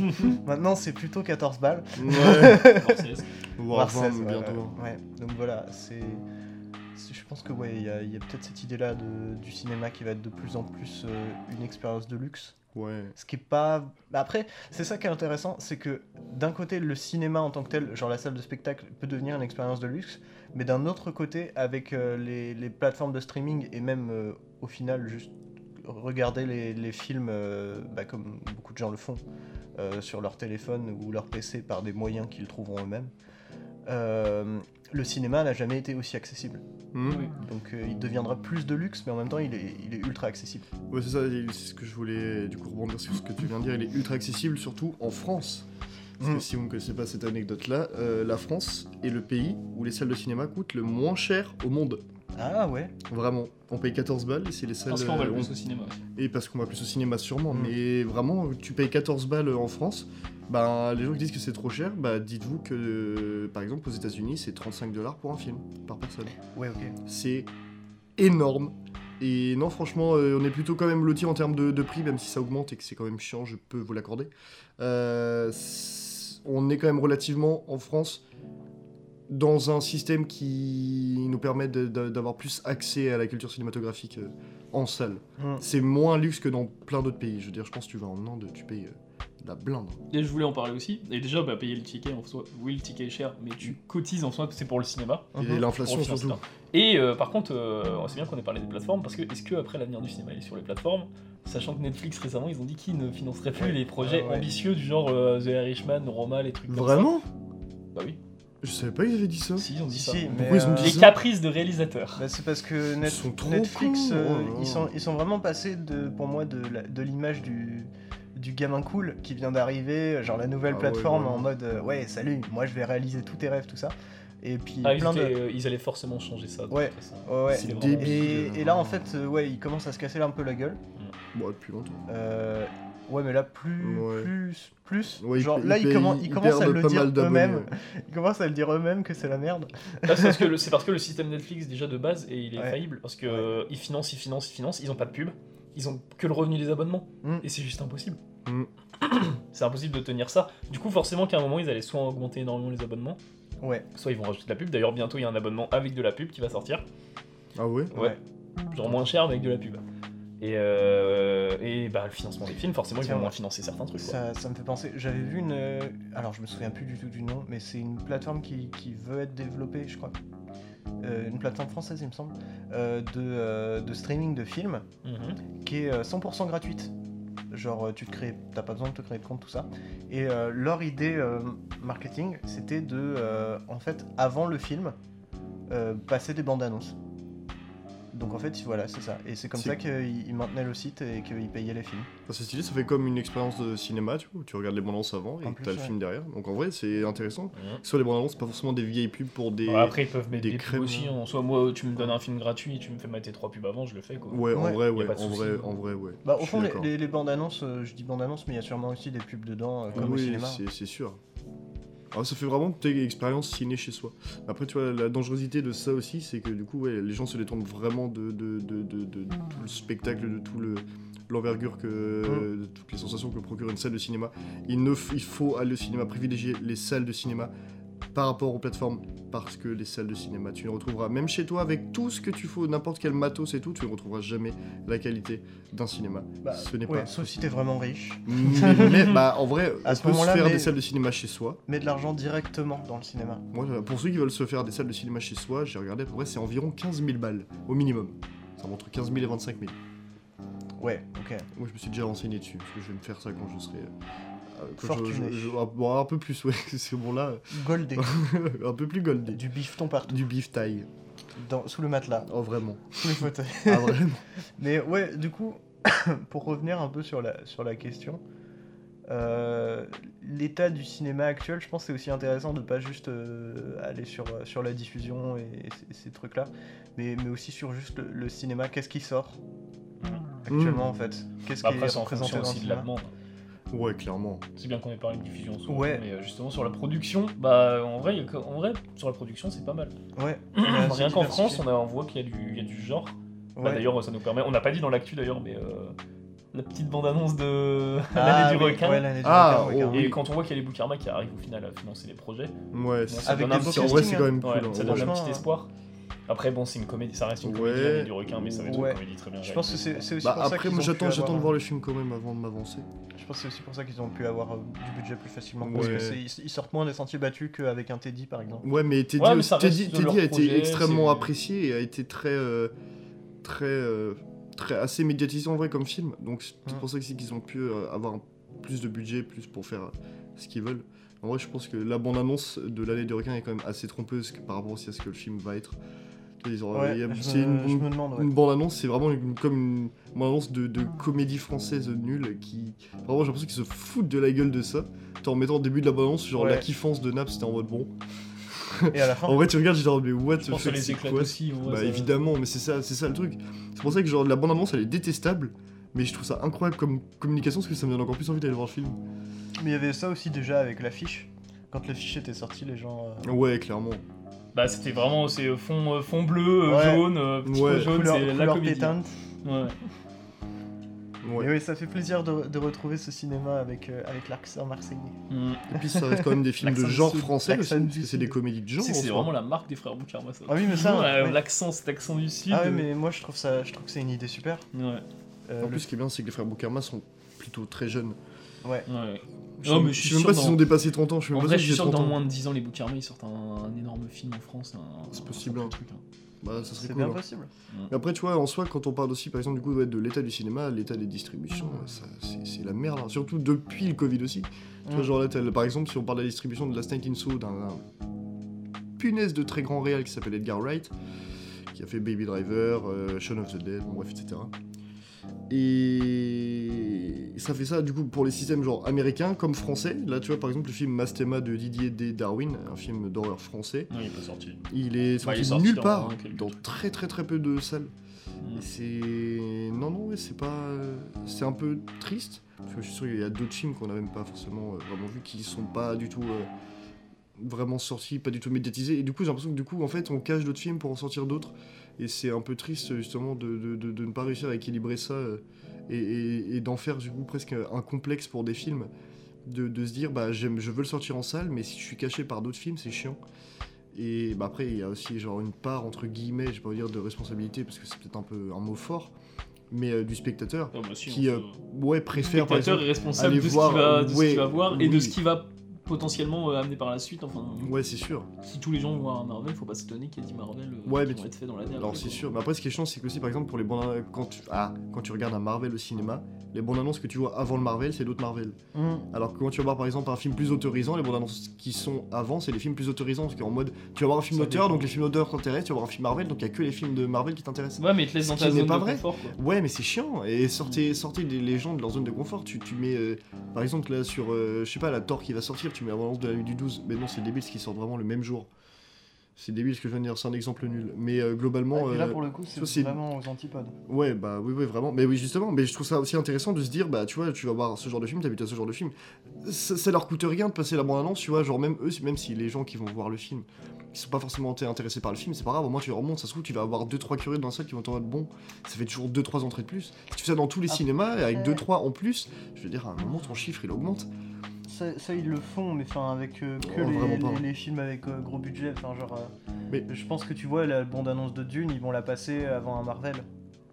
A: Maintenant, c'est plutôt 14 balles.
B: mm. Ouais,
C: Scorsese.
B: voire
A: voire 16,
B: 20
A: ouais,
B: bientôt.
A: ouais, ouais. Donc voilà, c'est. c'est- Je pense que ouais, il y a, il y a peut-être cette idée-là de- du cinéma qui va être de plus en plus euh, une expérience de luxe.
B: Ouais.
A: Ce qui est pas. Bah Après, c'est ça qui est intéressant, c'est que d'un côté, le cinéma en tant que tel, genre la salle de spectacle, peut devenir une expérience de luxe, mais d'un autre côté, avec euh, les, les plateformes de streaming et même euh, au final, juste regarder les, les films euh, bah, comme beaucoup de gens le font euh, sur leur téléphone ou leur PC par des moyens qu'ils trouveront eux-mêmes. euh, le cinéma n'a jamais été aussi accessible.
B: Mm.
C: Oui.
A: Donc euh, il deviendra plus de luxe, mais en même temps il est, il est ultra accessible.
B: Ouais, c'est ça, il- c'est ce que je voulais du coup rebondir sur ce que tu viens de dire. Il est ultra accessible, surtout en France. Parce
A: Mm.
B: que si vous ne connaissez pas cette anecdote-là, euh, la France est le pays où les salles de cinéma coûtent le moins cher au monde.
A: Ah ouais
B: Vraiment. On paye 14 balles et c'est les salles.
C: Parce qu'on va le
B: euh,
C: plus au cinéma aussi.
B: Et parce qu'on va plus au cinéma sûrement,
A: Mm.
B: mais vraiment, tu payes 14 balles en France, bah, les gens qui disent que c'est trop cher, bah, dites-vous que, euh, par exemple, aux États-Unis, c'est 35 dollars pour un film, par personne.
A: Ouais, ok.
B: C'est énorme. Et non, franchement, euh, on est plutôt quand même loti en termes de, de prix, même si ça augmente et que c'est quand même chiant, je peux vous l'accorder. Euh, c'est- on est quand même relativement en France dans un système qui nous permet de- de- d'avoir plus accès à la culture cinématographique euh, en salle.
A: Hmm.
B: C'est moins luxe que dans plein d'autres pays. Je veux dire, je pense que tu vas en Inde, tu payes euh, la blinde.
C: Et je voulais en parler aussi. Et déjà, bah, payer le ticket en soi, oui, le ticket est cher, mais tu cotises en soi, c'est pour le cinéma.
B: Et
A: Mhm.
B: l'inflation
C: pour financer
B: surtout.
C: ça. Et euh, par contre, euh, c'est bien qu'on ait parlé des plateformes, parce que est-ce que après l'avenir du cinéma il est sur les plateformes Sachant que Netflix récemment ils ont dit qu'ils ne financeraient plus
A: Ouais.
C: les projets
A: Ah ouais.
C: ambitieux du genre euh, The Irishman, Roma, les trucs comme
B: Vraiment
C: ça. Bah oui,
B: Je savais pas qu'ils avaient dit ça.
C: si ils ont dit ça.
A: Si, mais,
B: Pourquoi ils ont dit
A: euh,
C: Les
B: ça
C: caprices de réalisateurs.
A: Bah, c'est parce que Net-
B: sont trop
A: Netflix,
B: cons,
A: euh,
B: oh là là.
A: ils, sont, ils sont vraiment passés, de, pour moi, de, la- de l'image du, du gamin cool qui vient d'arriver, euh, genre la nouvelle
B: Ah ouais,
A: plateforme
B: vraiment.
A: en mode euh, ouais, salut, moi je vais réaliser tous tes rêves, tout ça. Et puis
C: Ah, ils,
A: plein de.
C: étaient, euh, ils allaient forcément changer ça. de
A: Ouais.
C: toute façon.
A: Ouais, ouais.
B: C'est
C: vraiment-
B: débile.
A: Et, et là, en fait, euh, ouais, ils commencent à se casser là un peu la gueule.
B: Bon, depuis longtemps.
A: Euh, ouais, mais là, plus,
B: Ouais.
A: plus, plus.
B: Ouais,
A: genre
B: pa-
A: là, ils,
B: payent-
A: commen- ils commencent à
B: perdent
A: le
B: pas
A: dire
B: mal d'abonnés,
A: eux-mêmes.
B: ouais.
A: Ils commencent à le dire eux-mêmes que c'est la merde.
C: Ah, c'est parce que le- c'est parce que le système Netflix déjà de base et il est
A: Ouais.
C: faillible parce que euh, ils financent, ils financent, ils financent, ils ont pas de pub, ils ont que le revenu des abonnements
A: Mm.
C: et c'est juste impossible.
B: Mm.
C: C'est impossible de tenir ça. Du coup, forcément qu'à un moment ils allaient soit augmenter énormément les abonnements,
A: Ouais.
C: soit ils vont rajouter de la pub. D'ailleurs, bientôt il y a un abonnement avec de la pub qui va sortir,
B: Ah ouais
C: Ouais. genre moins cher mais avec de la pub. Et, euh, et bah le financement des films, forcément ils
A: Tiens,
C: vont moins financer certains trucs. quoi.
A: Ça, ça me fait penser. J'avais vu une. euh, Alors, je me souviens plus du tout du nom, mais c'est une plateforme qui, qui veut être développée, je crois. euh, une plateforme française, il me semble, euh, de, euh, de streaming de films
C: Mhm.
A: qui est euh, 100% gratuite. Genre, euh, tu te crées, t'as pas besoin de te créer de compte, tout ça. Et euh, leur idée euh, marketing, c'était de, euh, en fait, avant le film, euh, passer des bandes annonces. Donc en fait, voilà, c'est ça. Et c'est comme
B: C'est-
A: ça qu'ils ils maintenaient le site et qu'ils payaient les films.
B: Enfin, c'est stylé, ça fait comme une expérience de cinéma, tu vois, où tu regardes les bandes annonces avant et
A: En plus,
B: t'as le
A: ouais.
B: film derrière. Donc en vrai, c'est intéressant. Sur les bandes annonces, c'est pas forcément des vieilles pubs pour des.
C: Bon, Mhm. Bah,
A: Bah,
C: après, ils peuvent mettre
B: des
C: des, pubs
B: crèmes,
C: aussi.
B: hein.
C: En soit moi, tu me donnes un film gratuit et tu me fais mater trois pubs avant, je le fais quoi.
B: Ouais, en
A: Ouais,
B: vrai,
C: y a
B: ouais,
C: pas de
B: en
C: souci.
B: vrai, en vrai, ouais.
A: Bah, au
B: Je suis
A: fond, les,
B: d'accord.
A: les- les bandes annonces, euh, je dis bandes annonces, mais il y a sûrement aussi des pubs dedans, euh, comme au
B: oui,
A: cinéma.
B: c'est- c'est sûr. Alors, ça fait vraiment peut-être expérience ciné chez soi. Après, tu vois, la dangerosité de ça aussi, c'est que du coup, ouais, les gens se détournent vraiment de, de, de- de- de tout le spectacle, de tout le l'envergure que
A: Mm.
B: de toutes les sensations que procure une salle de cinéma. Il ne f- il faut aller au cinéma privilégier les salles de cinéma par rapport aux plateformes parce que les salles de cinéma, tu les retrouveras même chez toi avec tout ce que tu faut, n'importe quel matos et tout, tu ne retrouveras jamais la qualité d'un cinéma.
A: Bah,
B: ce n'est
A: ouais,
B: pas
A: Sauf si t'es vraiment riche.
B: mais, mais- bah, en vrai,
A: À
B: on
A: ce
B: peut se
A: moment-là,
B: faire
A: mais-
B: des salles de cinéma chez soi.
A: Mets de l'argent directement dans le cinéma.
B: Moi, euh, pour ceux qui veulent se faire des salles de cinéma chez soi, j'ai regardé, pour vrai, c'est environ 15 000 balles au minimum. Ça va entre 15 000 et 25 000.
A: Ouais, ok.
B: Moi, je me suis déjà renseigné dessus, parce que je vais me faire ça quand je serai. euh, quand je-
A: Fortuné.
B: je- je- ah, bon, un peu plus, ouais, c'est bon là,
A: Goldé.
B: un peu plus goldé.
A: du bifton partout.
B: Du beef taille.
A: Dans, sous le matelas.
B: Oh, vraiment.
A: Sous les fauteuils.
B: Ah, vraiment.
A: Mais ouais, du coup, pour revenir un peu sur la, sur la question, euh, l'état du cinéma actuel, je pense que c'est aussi intéressant de pas juste euh, aller sur, euh, sur la diffusion et, et ces- ces trucs-là, mais, mais aussi sur juste le, le cinéma, qu'est-ce qui sort
C: Mhm.
A: actuellement
B: Hmm.
A: en fait Qu'est-ce qui
C: Bah, Après,
A: est
C: c'est en
A: représenté
C: fonction
A: dans le hein.
C: aussi de la
A: cinéma
C: demande.
B: Ouais, clairement.
C: C'est bien qu'on ait parlé de diffusion souvent,
A: Ouais.
C: mais euh, justement sur la production, bah en vrai, il y a que- en vrai sur la production c'est pas mal.
A: Ouais. bah,
C: Rien qu'en France, on, a, on voit qu'il y, a du- il y a du genre. Bah, D'ailleurs, ça nous permet. On n'a pas dit dans l'actu d'ailleurs, mais euh, la petite bande-annonce de
A: Ah,
C: l'année du requin.
B: Ah, oh,
C: Et
B: oui.
C: quand on voit qu'il y a les Boukarma qui arrivent au final à financer les projets,
B: Ouais,
C: ça
B: c'est-
C: donne
A: Avec
C: un
A: des
C: petit
A: beaux
B: en vrai, c'est
A: castings,
B: quand même cool.
C: ouais,
B: hein,
C: ça
B: en
C: donne
B: vrai.
C: un
A: franchement,
C: petit
A: hein.
C: espoir. Après, bon, c'est une comédie, ça reste une comédie,
B: Ouais.
C: l'année du requin, mais ça va être
A: Ouais.
C: une comédie très bien.
A: Je pense que c'est c'est aussi
B: Bah,
A: pour ça
B: après,
A: qu'ils
B: moi,
A: ont pu
B: j'attends j'attends de
A: avoir-
B: voir le film quand même avant de m'avancer.
A: Je pense que c'est aussi pour ça qu'ils ont pu avoir euh, du budget plus facilement. Parce
B: Ouais.
A: que c'est- ils ils sortent moins des sentiers battus qu'avec un Teddy par exemple.
B: Ouais, mais Teddy,
C: Ouais, mais
B: aussi-
C: ça reste
B: Teddy-
C: de
B: Teddy
C: leur
B: a été
C: projet,
B: extrêmement
C: c'est-
B: apprécié et a été très, euh, très, euh, très assez médiatisé en vrai comme film. Donc c'est peut-être
A: Mm.
B: pour ça que c'est qu'ils ont pu euh, avoir un- plus de budget, plus pour faire euh, ce qu'ils veulent. En vrai, je pense que la bande-annonce de l'année du requin est quand même assez trompeuse que- par rapport aussi à ce que le film va être. Ils ont-
A: Ouais,
B: il y
A: je,
B: a-
A: me,
B: C'est une,
A: je me demande. ouais.
B: une bande-annonce, c'est vraiment une- comme une bande-annonce de, de comédie française nulle qui. Vraiment, j'ai l'impression qu'ils se foutent de la gueule de ça. En mettant au début de la bande-annonce, genre
A: Ouais.
B: la kiffance de Naps, c'était en mode bon.
A: Et à la fin,
B: En vrai, tu regardes, j'étais en mode, mais what
C: Je
B: the
C: pense que
B: fuck,
C: les
B: c'est
C: éclats
B: quoi
C: aussi. en vrai,
B: Bah
C: ça-
B: évidemment, mais c'est ça, c'est ça le truc. C'est pour ça que genre la bande annonce elle est détestable, mais je trouve ça incroyable comme communication parce que ça me donne encore plus envie d'aller voir le film.
A: mais il y avait ça aussi déjà avec l'affiche. Quand l'affiche était sortie, les gens. euh,
B: Ouais, clairement.
C: Bah, c'était vraiment c'est euh, fond, euh, fond bleu, euh,
A: Ouais.
C: jaune, euh, petit
B: Ouais.
C: peu jaune,
A: couleur,
C: c'est la
A: couleur
C: comédie.
A: pétante.
C: Ouais.
B: Ouais.
A: Mais oui, ça fait plaisir de, de retrouver ce cinéma avec, euh, avec l'accent marseillais.
C: Mm.
B: Et puis ça reste quand même des films de
A: L'accent
B: genre
A: du sud,
B: français aussi,
A: l'accent
B: parce
A: du
B: que c'est
A: sud.
B: des comédies de genre.
C: C'est
B: en
C: c'est
B: soi.
C: vraiment la marque des frères Boukarma, ça.
A: Ah oui, mais ça.
C: Ouais,
A: ouais.
C: L'accent, cet accent du sud.
A: Ah oui,
C: euh,
A: mais moi je trouve ça, je trouve que c'est une idée super.
C: Ouais,
A: Euh,
B: En
A: le-
B: plus, ce qui est bien, c'est que les frères Boukarma sont plutôt très jeunes.
A: ouais.
C: ouais.
B: Je
C: Non,
B: sais-
C: mais je
B: je
C: suis
B: sais même
C: sûr
B: pas
C: dans-
B: s'ils ont dépassé 30 ans, je sais
C: En
B: même pas
C: vrai, je
B: si
C: suis
B: j'ai
C: sûr que
B: 30
C: dans
B: ans.
C: moins de 10 ans, les Boukarma, ils sortent un, un énorme film en France. un-
B: C'est
C: un
B: possible, hein.
C: truc, hein.
B: Bah, ça
A: C'est
B: serait cool.
A: bien
B: hein.
A: possible.
B: Mais Après, tu vois, en soi, quand on parle aussi, par exemple, du coup, ouais, de l'état du cinéma, l'état des distributions, ouais, ça, c'est c'est la merde. hein. Surtout depuis le Covid aussi. Tu vois,
A: Mm.
B: genre là, t'as le- par exemple, si on parle de la distribution de la Snake in Soul, d'un d'un punaise de très grand réal qui s'appelle Edgar Wright, qui a fait Baby Driver, euh, Shaun of the Dead, bon, bref, etc. Et ça fait ça, du coup, pour les systèmes genre américains comme français. Là, tu vois, par exemple, le film Mastema de Didier D. Darwin, un film d'horreur français,
C: Non, il est pas sorti.
B: il est
C: Bah,
B: sorti,
C: il est sorti
B: nulle
C: dans-
B: part,
C: dans quelques
B: dans
C: trucs.
B: très très très peu de salles.
C: Mm.
B: Et c'est. Non, non, ouais, c'est pas. euh, C'est un peu triste. Parce que je suis sûr qu'il y a d'autres films qu'on n'a même pas forcément euh, vraiment vu qui sont pas du tout. euh, vraiment sortis, pas du tout médiatisés. Et du coup, j'ai l'impression que du coup, en fait, on cache d'autres films pour en sortir d'autres. Et c'est un peu triste, justement, de, de- de- de ne pas réussir à équilibrer ça euh, et, et- et d'en faire, du coup, presque un complexe pour des films. De, de se dire, bah, j'aime, je veux le sortir en salle, mais si je suis caché par d'autres films, c'est chiant. Et bah, après, il y a aussi, genre, une part, entre guillemets, je vais pas dire de responsabilité, parce que c'est peut-être un peu un mot fort, mais euh, du spectateur,
C: Ah bah si,
B: qui,
C: on
B: euh,
C: peut-
B: ouais,
C: Le
B: préfère, par
C: spectateur
B: exemple,
C: est responsable
B: aller
C: de ce qu'il
B: voir,
C: va, de ce qu'il
B: ouais,
C: va voir et de
B: oui.
C: ce qu'il va potentiellement euh, amené par la suite. Enfin,
B: Ouais, c'est sûr.
C: si tous les gens vont voir un Marvel, faut pas s'étonner qu'il y ait 10 Marvel euh,
B: Ouais,
C: qui
B: mais tu-
C: vont être faits dans l'année.
B: Alors
C: après,
B: c'est
C: quoi.
B: sûr, mais après ce qui est chiant c'est que aussi par exemple pour les bandes quand tu ah, quand tu regardes un Marvel au cinéma, les bandes annonces que tu vois avant le Marvel c'est d'autres Marvel.
A: Mmh.
B: Alors que quand tu vas voir par exemple un film plus autorisant, les bandes annonces qui sont avant c'est les films plus autorisants parce qu'en mode tu vas voir un film
C: Ça
B: d'auteur
C: dépend.
B: donc les films d'auteur t'intéressent, tu vas voir un film Marvel donc il y a que les films de Marvel qui t'intéressent.
C: Ouais, mais ils te laisse
B: Ce
C: dans
B: qui
C: ta
B: n'est
C: zone
B: pas
C: de
B: vrai.
C: confort, quoi.
B: Ouais mais c'est chiant et sortez sortez des- les gens de leur zone de confort. Tu, tu mets euh, par exemple là sur euh, je sais pas la Thor qui va sortir, tu mets la bande annonce de la nuit du 12, mais non c'est débile ce qui sort vraiment le même jour. C'est débile ce que je viens de dire, c'est un exemple nul. Mais euh, globalement
A: Bah, et Ah, là,
B: euh,
A: pour le coup,
B: ça, c'est-
A: c'est vraiment aux antipodes.
B: Ouais, bah oui, oui, vraiment. Mais oui, justement, mais je trouve ça aussi intéressant de se dire, bah tu vois, tu vas voir ce genre de film, t'habites à ce genre de film. Ça, ça leur coûte rien de passer la bande-annonce, tu vois, genre même eux, même si les gens qui vont voir le film, qui sont pas forcément t- intéressés par le film, c'est pas grave, au moins tu leur montres, ça se trouve, tu vas avoir 2-3 curieux dans la salle qui vont t'en mode, bon, ça fait toujours 2-3 entrées de plus. Si tu fais ça dans tous les
A: Ah,
B: cinémas, et avec
A: ouais.
B: 2-3 en plus, je veux dire, à un moment, ton chiffre, il augmente.
A: Ça, ça, ils le font, mais enfin avec euh, que
B: Oh,
A: les,
B: vraiment pas.
A: les- les films avec euh, gros budget. Enfin, genre, euh,
B: Mais-
A: je pense que tu vois la bande-annonce de Dune, ils vont la passer avant un Marvel,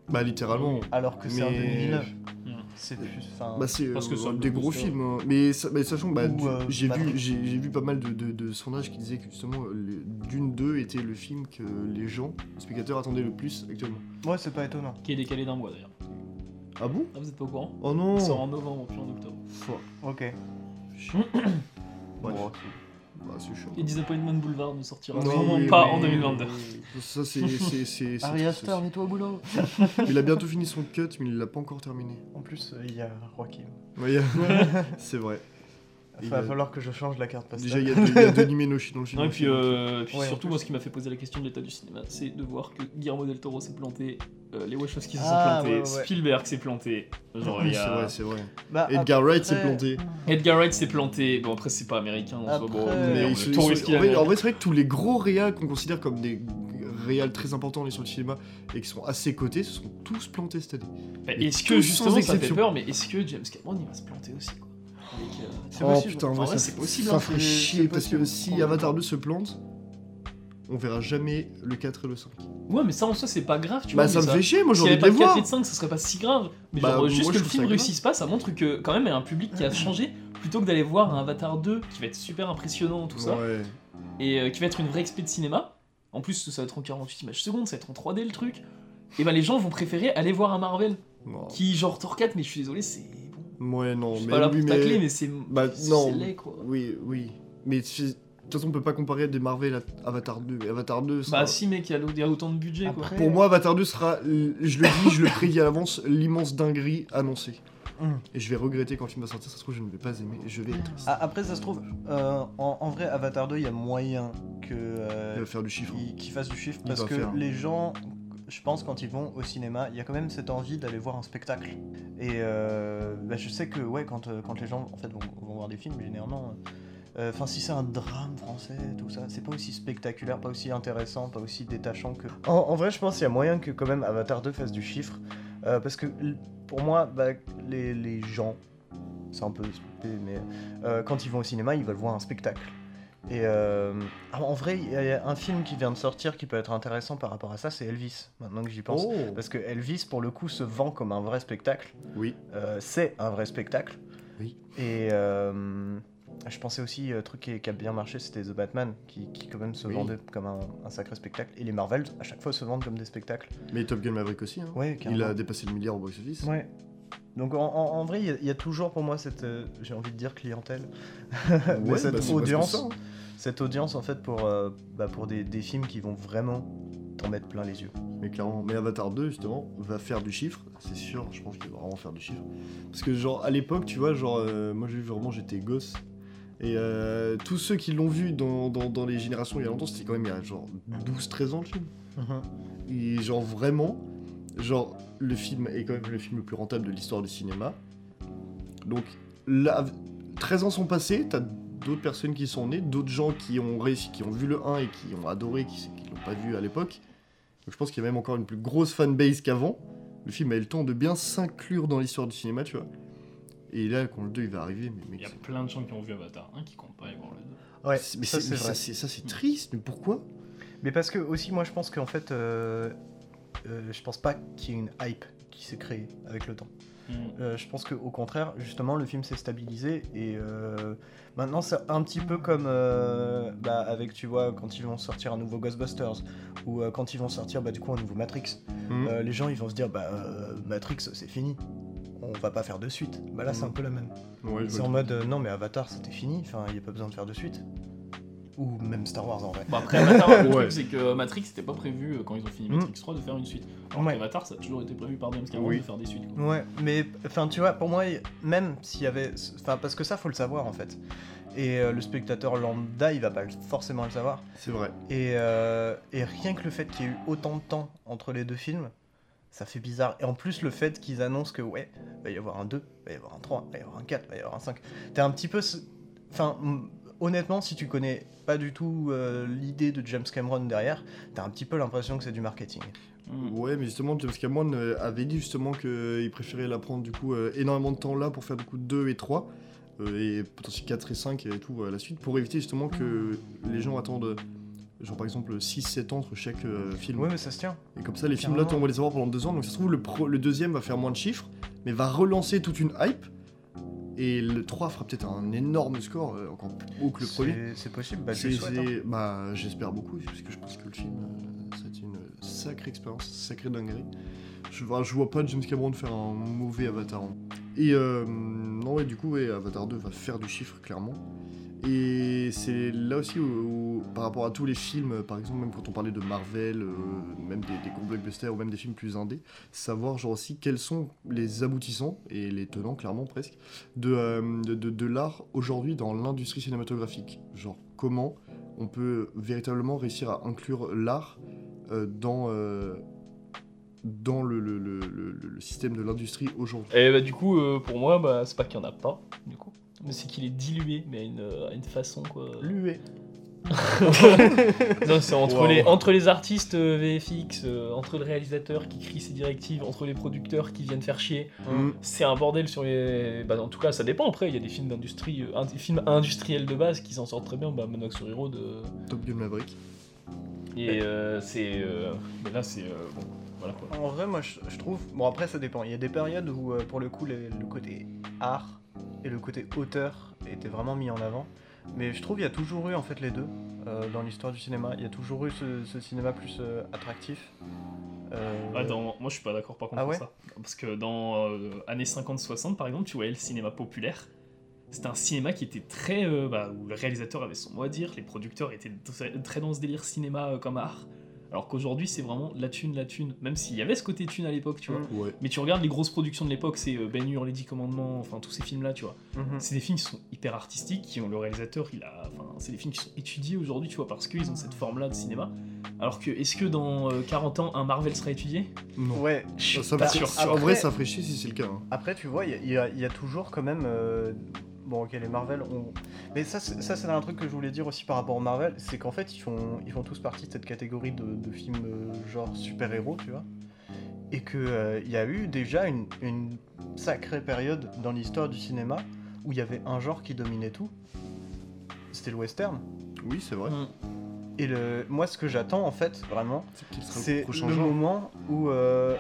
B: Bah littéralement.
A: alors que c'est un
B: Mais- Mmh.
A: 2009.
C: Mm.
A: C'est plus, enfin,
B: Bah c'est
C: Parce
B: euh,
C: Hein, que ça, le
B: des
C: coup,
B: gros
C: c'est-
B: films, hein. mais, ça- mais sachant que bah,
A: Ou,
B: du-
A: euh,
B: j'ai vu
A: Matrix.
B: j'ai j'ai vu pas mal de, de, de sondages qui disaient que justement euh, le- Dune 2 était le film que les gens, les spectateurs attendaient le plus actuellement.
A: ouais, c'est pas étonnant.
C: Qui est décalé d'un mois d'ailleurs.
B: Ah bon
C: Ah, vous êtes pas au courant
B: Oh
C: Il
B: non
C: sort en novembre, puis en octobre.
B: Fuck.
A: Ok.
B: Bref.
A: Bon,
B: Bah c'est chaud.
C: Et Disappointment Boulevard ne sortira
B: Non,
C: sûrement
B: mais-
C: pas
B: mais-
C: en 2022.
B: Ça c'est c'est c'est c'est
A: Ari
B: triste
A: Aster,
B: aussi.
A: mets-toi au boulot.
B: Il a bientôt fini son cut mais il l'a pas encore terminé.
A: En plus, euh, il y a Joaquin.
B: Ouais, c'est vrai.
A: Il
B: Il
A: va
B: a-
A: falloir que je change la carte postale.
B: Déjà il y a deux- il y a Denis Ménocchi dans le film.
C: Non, et puis, euh, puis
A: Ouais, en plus.
C: surtout, moi, ce qui m'a fait poser la question de l'état du cinéma, c'est de voir que Guillermo del Toro s'est planté, euh, les Wachowski se sont
A: Ah, ouais,
C: plantés,
A: ouais, ouais.
C: Spielberg s'est planté, genre,
B: Oui,
C: il y
B: c'est
C: a...
B: vrai, c'est vrai.
A: Bah,
B: Edgar Wright s'est
A: après-
B: planté.
C: Edgar Wright s'est planté, bon après c'est pas américain, on
A: Après-
C: se voit, bon,
A: Mais
C: on
B: Mais
C: le
B: ils se- ils
C: touriste
B: sont-
C: qu'il
B: en, vrai,
C: avait.
B: en vrai, c'est vrai que tous les gros réals qu'on considère comme des réals très importants les sur le cinéma et qui sont assez cotés se sont tous plantés cette année.
C: Bah, Est-ce
B: tous
C: que justement
B: sans
C: ça fait
B: exception.
C: peur, mais est-ce que James Cameron il va se planter aussi quoi Avec, euh,
A: C'est
B: Oh,
A: possible.
C: En vrai,
B: ça-
C: c'est possible,
B: Ça
A: hein,
B: ferait
A: c'est-
B: chier
A: c'est
B: parce que
A: possible.
B: si Avatar 2 se plante, on verra jamais le 4 et le 5.
C: Ouais, mais ça en soi c'est pas grave, tu
B: bah
C: vois.
B: ça
C: mais
B: me fait chier, moi j'ai
C: S'il y
B: envie
C: avait pas
B: de les
C: de 4
B: voir.
C: et de 5, ça serait pas si grave. Mais
B: Bah,
C: genre,
B: moi,
C: juste
B: je
C: que le
B: trouve
C: film
B: ça
C: réussisse pas, ça montre que quand même il y a un public
B: Ah.
C: qui a changé. Plutôt que d'aller voir un Avatar 2 qui va être super impressionnant, tout ça,
B: Ouais.
C: et euh, qui va être une vraie expé de cinéma. En plus, ça va être en 48 images secondes, ça va être en 3D le truc. Et bah les gens vont préférer aller voir un Marvel
B: Non.
C: qui, genre Thor 4, mais je suis désolé, c'est. Bon,
B: Ouais, non,
C: je suis
B: mais
C: pas là
B: oui,
C: pour
B: mais-
C: tacler, mais c'est.
B: Bah,
C: c'est
B: non.
C: laid, quoi.
B: Oui, oui. Mais c'est- de toute façon, on peut pas comparer des Marvel à Avatar 2. Et Avatar 2 sera-
C: Bah si mec, il y a l'au- il y a autant de budget quoi.
A: Après-
B: Pour moi, Avatar 2 sera, euh, je le dis, je le prédis à l'avance, l'immense dinguerie annoncée.
A: Mm.
B: Et je vais regretter quand le film va sortir, ça se trouve, je ne vais pas aimer, et je vais être triste.
A: Ah, après, ça se trouve, euh, en, en vrai, Avatar 2, il y a moyen que euh,
B: Il va faire du chiffre.
A: qu'ils qu'ils fassent du chiffre
B: Il
A: parce
B: va
A: que
B: faire.
A: les gens, je pense, quand ils vont au cinéma, il y a quand même cette envie d'aller voir un spectacle. Et euh, bah, je sais que, ouais, quand, euh, quand les gens en fait, vont, vont voir des films, généralement. euh, Enfin, si c'est un drame français, tout ça, c'est pas aussi spectaculaire, pas aussi intéressant, pas aussi détachant que. En, en vrai, je pense qu'il y a moyen que quand même Avatar 2 fasse du chiffre, euh, parce que l- pour moi, bah, les, les gens, c'est un peu, spé- mais euh, quand ils vont au cinéma, ils veulent voir un spectacle. Et euh, ah, en vrai, il y a un film qui vient de sortir qui peut être intéressant par rapport à ça, c'est Elvis, maintenant que j'y pense.
B: Oh
A: Parce que Elvis, pour le coup, se vend comme un vrai spectacle.
B: Oui.
A: Euh, c'est un vrai spectacle.
B: Oui.
A: Et euh, je pensais aussi, un truc qui, qui a bien marché, c'était The Batman, qui, qui quand même se
B: Oui.
A: vendait comme un, un sacré spectacle. Et les Marvel, à chaque fois, se vendent comme des spectacles.
B: Mais Top Gun Maverick aussi, hein.
A: Ouais,
B: Il
A: carrément.
B: a dépassé le milliard au box-office.
A: Ouais. Donc en, en- en vrai, il y a- il y, a toujours pour moi cette, euh, j'ai envie de dire clientèle, mais
B: Ouais,
A: cette
B: bah, c'est
A: audience,
B: parce que ça,
A: cette audience en fait pour, euh, bah, pour des, des films qui vont vraiment t'en mettre plein les yeux.
B: hein. Mais clairement, mais Avatar 2, justement, va faire du chiffre, c'est sûr, je pense qu'il va vraiment faire du chiffre. Parce que, genre, à l'époque, tu vois, genre, euh, moi j'ai vu vraiment, j'étais gosse. Et euh, tous ceux qui l'ont vu dans, dans- dans les générations il y a longtemps, c'était quand même il y a genre 12-13 ans le film.
A: Mhm.
B: Et genre vraiment, genre le film est quand même le film le plus rentable de l'histoire du cinéma. Donc là, 13 ans sont passés, t'as d'autres personnes qui sont nées, d'autres gens qui ont réussi, qui ont vu le 1 et qui ont adoré, qui, qui l'ont pas vu à l'époque. Donc je pense qu'il y a même encore une plus grosse fanbase qu'avant. Le film a eu le temps de bien s'inclure dans l'histoire du cinéma, tu vois. Et là, quand le 2 il va arriver, mais
C: Il y
B: mec,
C: a plein de gens qui ont vu Avatar 1 qui comptent pas aller voir le 2.
A: Ouais,
B: c'est- mais
A: ça
B: c'est-
A: c'est
B: mais
A: vrai.
B: ça, c'est ça, c'est triste, mais pourquoi
A: Mais parce que aussi, moi, je pense qu'en fait, euh, euh, je pense pas qu'il y ait une hype qui s'est créée avec le temps.
C: Hmm.
A: Euh, je pense qu'au contraire, justement, le film s'est stabilisé et euh, maintenant c'est un petit peu comme euh, bah, avec, tu vois, quand ils vont sortir un nouveau Ghostbusters ou euh, quand ils vont sortir bah, du coup un nouveau Matrix.
B: Mhm.
A: Euh, les gens ils vont se dire, bah euh, Matrix c'est fini, on va pas faire de suite. Bah là c'est un peu la même.
B: Ouais, je
A: C'est
B: vois
A: en
B: le-
A: mode, euh, non mais Avatar c'était fini, enfin il y a pas besoin de faire de suite. Ou même Star Wars en vrai.
C: Bon, après Avatar, le
B: Ouais.
C: truc c'est que Matrix c'était pas prévu euh, quand ils ont fini
A: Mm.
C: Matrix 3 de faire une suite. Alors
A: Ouais.
C: qu'Avatar ça a toujours été prévu par James Cameron
B: Oui.
C: de faire des suites. quoi.
A: Ouais, mais enfin tu vois, pour moi, y- même s'il y avait, enfin parce que ça faut le savoir en fait, et euh, le spectateur lambda il va pas le- forcément le savoir,
B: C'est vrai.
A: et, euh, et rien que le fait qu'il y ait eu autant de temps entre les deux films, ça fait bizarre. Et en plus le fait qu'ils annoncent que ouais, va y avoir un 2, va y avoir un 3, va y avoir un 4, va y avoir un 5, t'es un petit peu, ce- enfin m- honnêtement si tu connais pas du tout euh, l'idée de James Cameron derrière, t'as un petit peu l'impression que c'est du marketing.
C: Mm.
B: Ouais, mais justement, James Cameron euh, avait dit justement qu'il préférait la prendre du coup euh, énormément de temps là pour faire du coup 2 et 3, euh, et potentiellement 4 et 5 et tout à la suite, pour éviter justement que les gens attendent, euh, genre par exemple 6-7 ans entre chaque euh, film.
A: Ouais mais ça se tient.
B: Et comme ça, les films là,
A: Carrément.
B: on va les avoir pendant 2 ans, donc ça se trouve, le, pro- le deuxième va faire moins de chiffres, mais va relancer toute une hype, et le 3 fera peut-être un énorme score, euh, encore plus haut que le premier.
A: C'est- C'est possible, bah, je
B: C'est-
A: le souhaite, hein.
B: c'est- bah, j'espère beaucoup, parce que je pense que le film, euh, c'est une sacrée expérience, sacrée dinguerie. Je, vois- je vois pas James Cameron faire un mauvais Avatar. hein. Et euh, non, et du coup, ouais, Avatar 2 va faire du chiffre, clairement. Et c'est là aussi où, où, par rapport à tous les films, euh, par exemple, même quand on parlait de Marvel, euh, même des, des gros blockbusters ou même des films plus indés, savoir genre aussi quels sont les aboutissants et les tenants, clairement presque, de, euh, de, de- de l'art aujourd'hui dans l'industrie cinématographique. Genre comment on peut véritablement réussir à inclure l'art euh, dans, euh, dans le, le- le- le- le système de l'industrie aujourd'hui.
C: Et bah du coup euh, pour moi bah c'est pas qu'il y en a pas du coup. Mais c'est qu'il est dilué mais à une, euh, à une façon quoi.
A: Lué.
C: Non, c'est entre,
B: Wow.
C: les, entre les artistes euh, VFX, euh, entre le réalisateur qui crie ses directives, entre les producteurs qui viennent faire chier.
B: Mm.
A: Hum.
C: C'est un bordel sur les. Bah, en tout cas, ça dépend après. Il y a des films d'industrie, euh, ind- des films industriels de base qui s'en sortent très bien. Bah, Mad Max Fury Road. euh,
B: Hum, Top Gun Maverick.
C: et euh, c'est. euh, mais là, c'est. euh, bon, voilà quoi.
A: En vrai, moi, je, je trouve. Bon, après, ça dépend. Il y a des périodes où, euh, pour le coup, les- le côté art et le côté auteur étaient vraiment mis en avant. Mais je trouve qu'il y a toujours eu, en fait, les deux euh, dans l'histoire du cinéma. Il y a toujours eu ce, ce cinéma plus euh, attractif. Euh,
C: Ah, dans- moi je suis pas d'accord par contre
A: Ah
C: pour
A: ouais
C: ça. Parce que dans euh, années 50-60 par exemple, tu voyais le cinéma populaire. C'était un cinéma qui était très. euh, bah, où le réalisateur avait son mot à dire, les producteurs étaient très, très dans ce délire cinéma euh, comme art. Alors qu'aujourd'hui c'est vraiment la thune, la thune. Même s'il y avait ce côté thune à l'époque, tu vois.
A: Mm.
B: Ouais.
C: Mais tu regardes les grosses productions de l'époque, c'est euh, Ben Hur, Les Dix Commandements, enfin tous ces films-là, tu vois.
B: Mm.
A: Mhm.
C: C'est des films qui sont hyper artistiques, qui ont le réalisateur, il a, enfin, c'est des films qui sont étudiés aujourd'hui, tu vois, parce qu'ils ont cette forme-là de cinéma. Alors que, est-ce que dans euh, 40 ans, un Marvel sera étudié
B: Non.
A: Ouais.
B: Ça,
C: Je
B: ça
C: suis
B: me-
C: pas
B: ça-
C: sûr.
A: Ah,
B: en
A: Après-
B: vrai, ça ferait chier si c'est le cas. hein.
A: Après, tu vois, il y a- il y, a- il y a toujours quand même. euh, Bon, ok, les Marvel ont. Mais ça, c'est ça, c'est un truc que je voulais dire aussi par rapport aux Marvel, c'est qu'en fait, ils font, ils font tous partie de cette catégorie de, de films euh, genre super-héros, tu vois. Et qu'il y a eu déjà une, une sacrée période dans l'histoire du cinéma où il y avait un genre qui dominait tout. C'était le western.
B: Oui, c'est
A: Hum.
B: vrai.
C: Mm.
A: Et le, moi, ce que j'attends, en fait, vraiment,
B: Quel sera
A: c'est
B: prochain
A: le
B: genre
A: moment où, euh,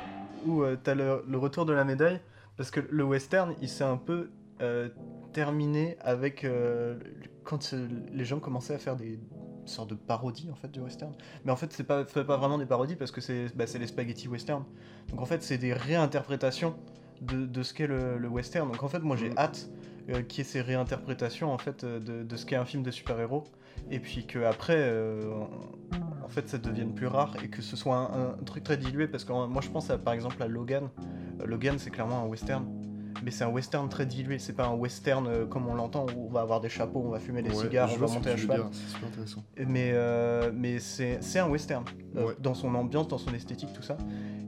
A: où euh, t'as le, le retour de la médaille, parce que le western, il s'est un peu euh, terminé avec euh, le- quand euh, les gens commençaient à faire des sortes de parodies en fait du western. Mais en fait, c'est pas, fait pas vraiment des parodies parce que c'est bah, c'est les spaghetti western. Donc en fait, c'est des réinterprétations de, de ce qu'est le, le western. Donc en fait, moi j'ai
B: Mm.
A: hâte euh, qu'il y ait ces réinterprétations en fait euh, de, de ce qu'est un film de super-héros et puis que après euh, on- en fait ça devienne plus rare et que ce soit un, un truc très dilué parce que euh, moi je pense à, par exemple à Logan. Euh, Logan c'est clairement un western. Mais c'est un western très dilué, c'est pas un western euh, comme on l'entend où on va avoir des chapeaux, on va fumer des
B: Ouais,
A: cigares,
B: je
A: on
B: vois
A: va
B: ce que
A: monter à
B: tu veux
A: cheval.
B: dire, C'est super intéressant.
A: Mais, euh, mais c'est c'est un western, euh,
B: Ouais.
A: dans son ambiance, dans son esthétique, tout ça.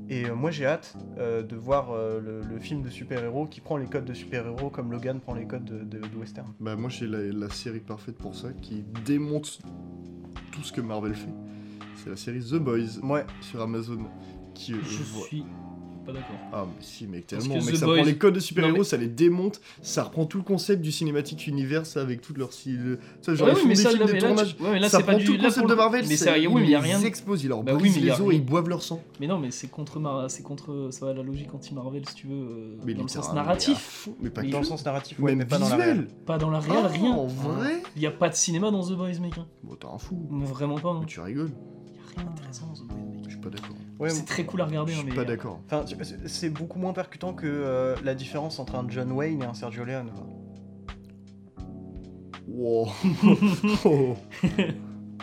A: Et euh, moi j'ai hâte euh, de voir euh, le, le film de super-héros qui prend les codes de super-héros comme Logan prend les codes de, de- de western.
B: Bah moi j'ai la, la série parfaite pour ça qui démonte tout ce que Marvel fait. C'est la série The Boys
A: Ouais,
B: sur Amazon qui euh,
C: Je
B: voit-
C: suis pas d'accord.
B: Ah, mais si, mec,
C: Parce
B: tellement.
C: que
B: Mec,
C: The
B: ça
C: Boys-
B: prend les codes de super-héros,
C: Non, mais-
B: ça les démonte, ça reprend tout le concept du cinématique univers ça, avec toute leur style. Ça, genre,
C: Ouais, Ah
B: ils
C: oui,
B: font
C: mais
B: des
C: ça,
B: films,
C: là,
B: des
C: mais là,
B: tournages.
C: tu- ouais, mais là,
B: ça
C: c'est pas
B: prend
C: du-
B: tout
C: là,
B: le concept
C: pour
B: de
C: le coup-
B: Marvel,
C: mais
B: c'est-
C: sérieux, oui, mais y a
B: ils
C: rien de-
B: les explosent, ils leur
C: Bah oui,
B: brisent
C: mais y a
B: les os et
C: rien.
B: ils boivent leur sang.
C: Mais non, mais c'est contre, Mar- c'est contre, euh, ça va la logique anti-Marvel si tu veux, euh,
B: Mais
C: dans le sens
B: littéralement, à
C: narratif,
B: fond, Mais pas
C: Mais
B: que.
A: Dans le sens narratif, ouais,
B: Même
A: mais pas dans la réelle.
B: visuel.
C: pas dans la réelle,
B: Ah,
C: rien.
B: En vrai
C: Il y a pas de cinéma dans The Boys, mec. hein.
B: Bon, t'es un fou.
C: Vraiment pas. hein.
B: Mais tu
C: Y
B: rigoles.
C: a rien d'intéressant dans The Boys, mec.
B: Je suis pas d'accord.
A: Ouais,
C: c'est très cool à
A: Ah
C: regarder,
B: Je
C: hein,
B: suis
C: mais.
A: euh,
B: pas d'accord.
A: Enfin, tu- c'est- c'est beaucoup moins percutant que euh, la différence entre un John Wayne et un Sergio Leone. quoi.
B: Wow. Oh.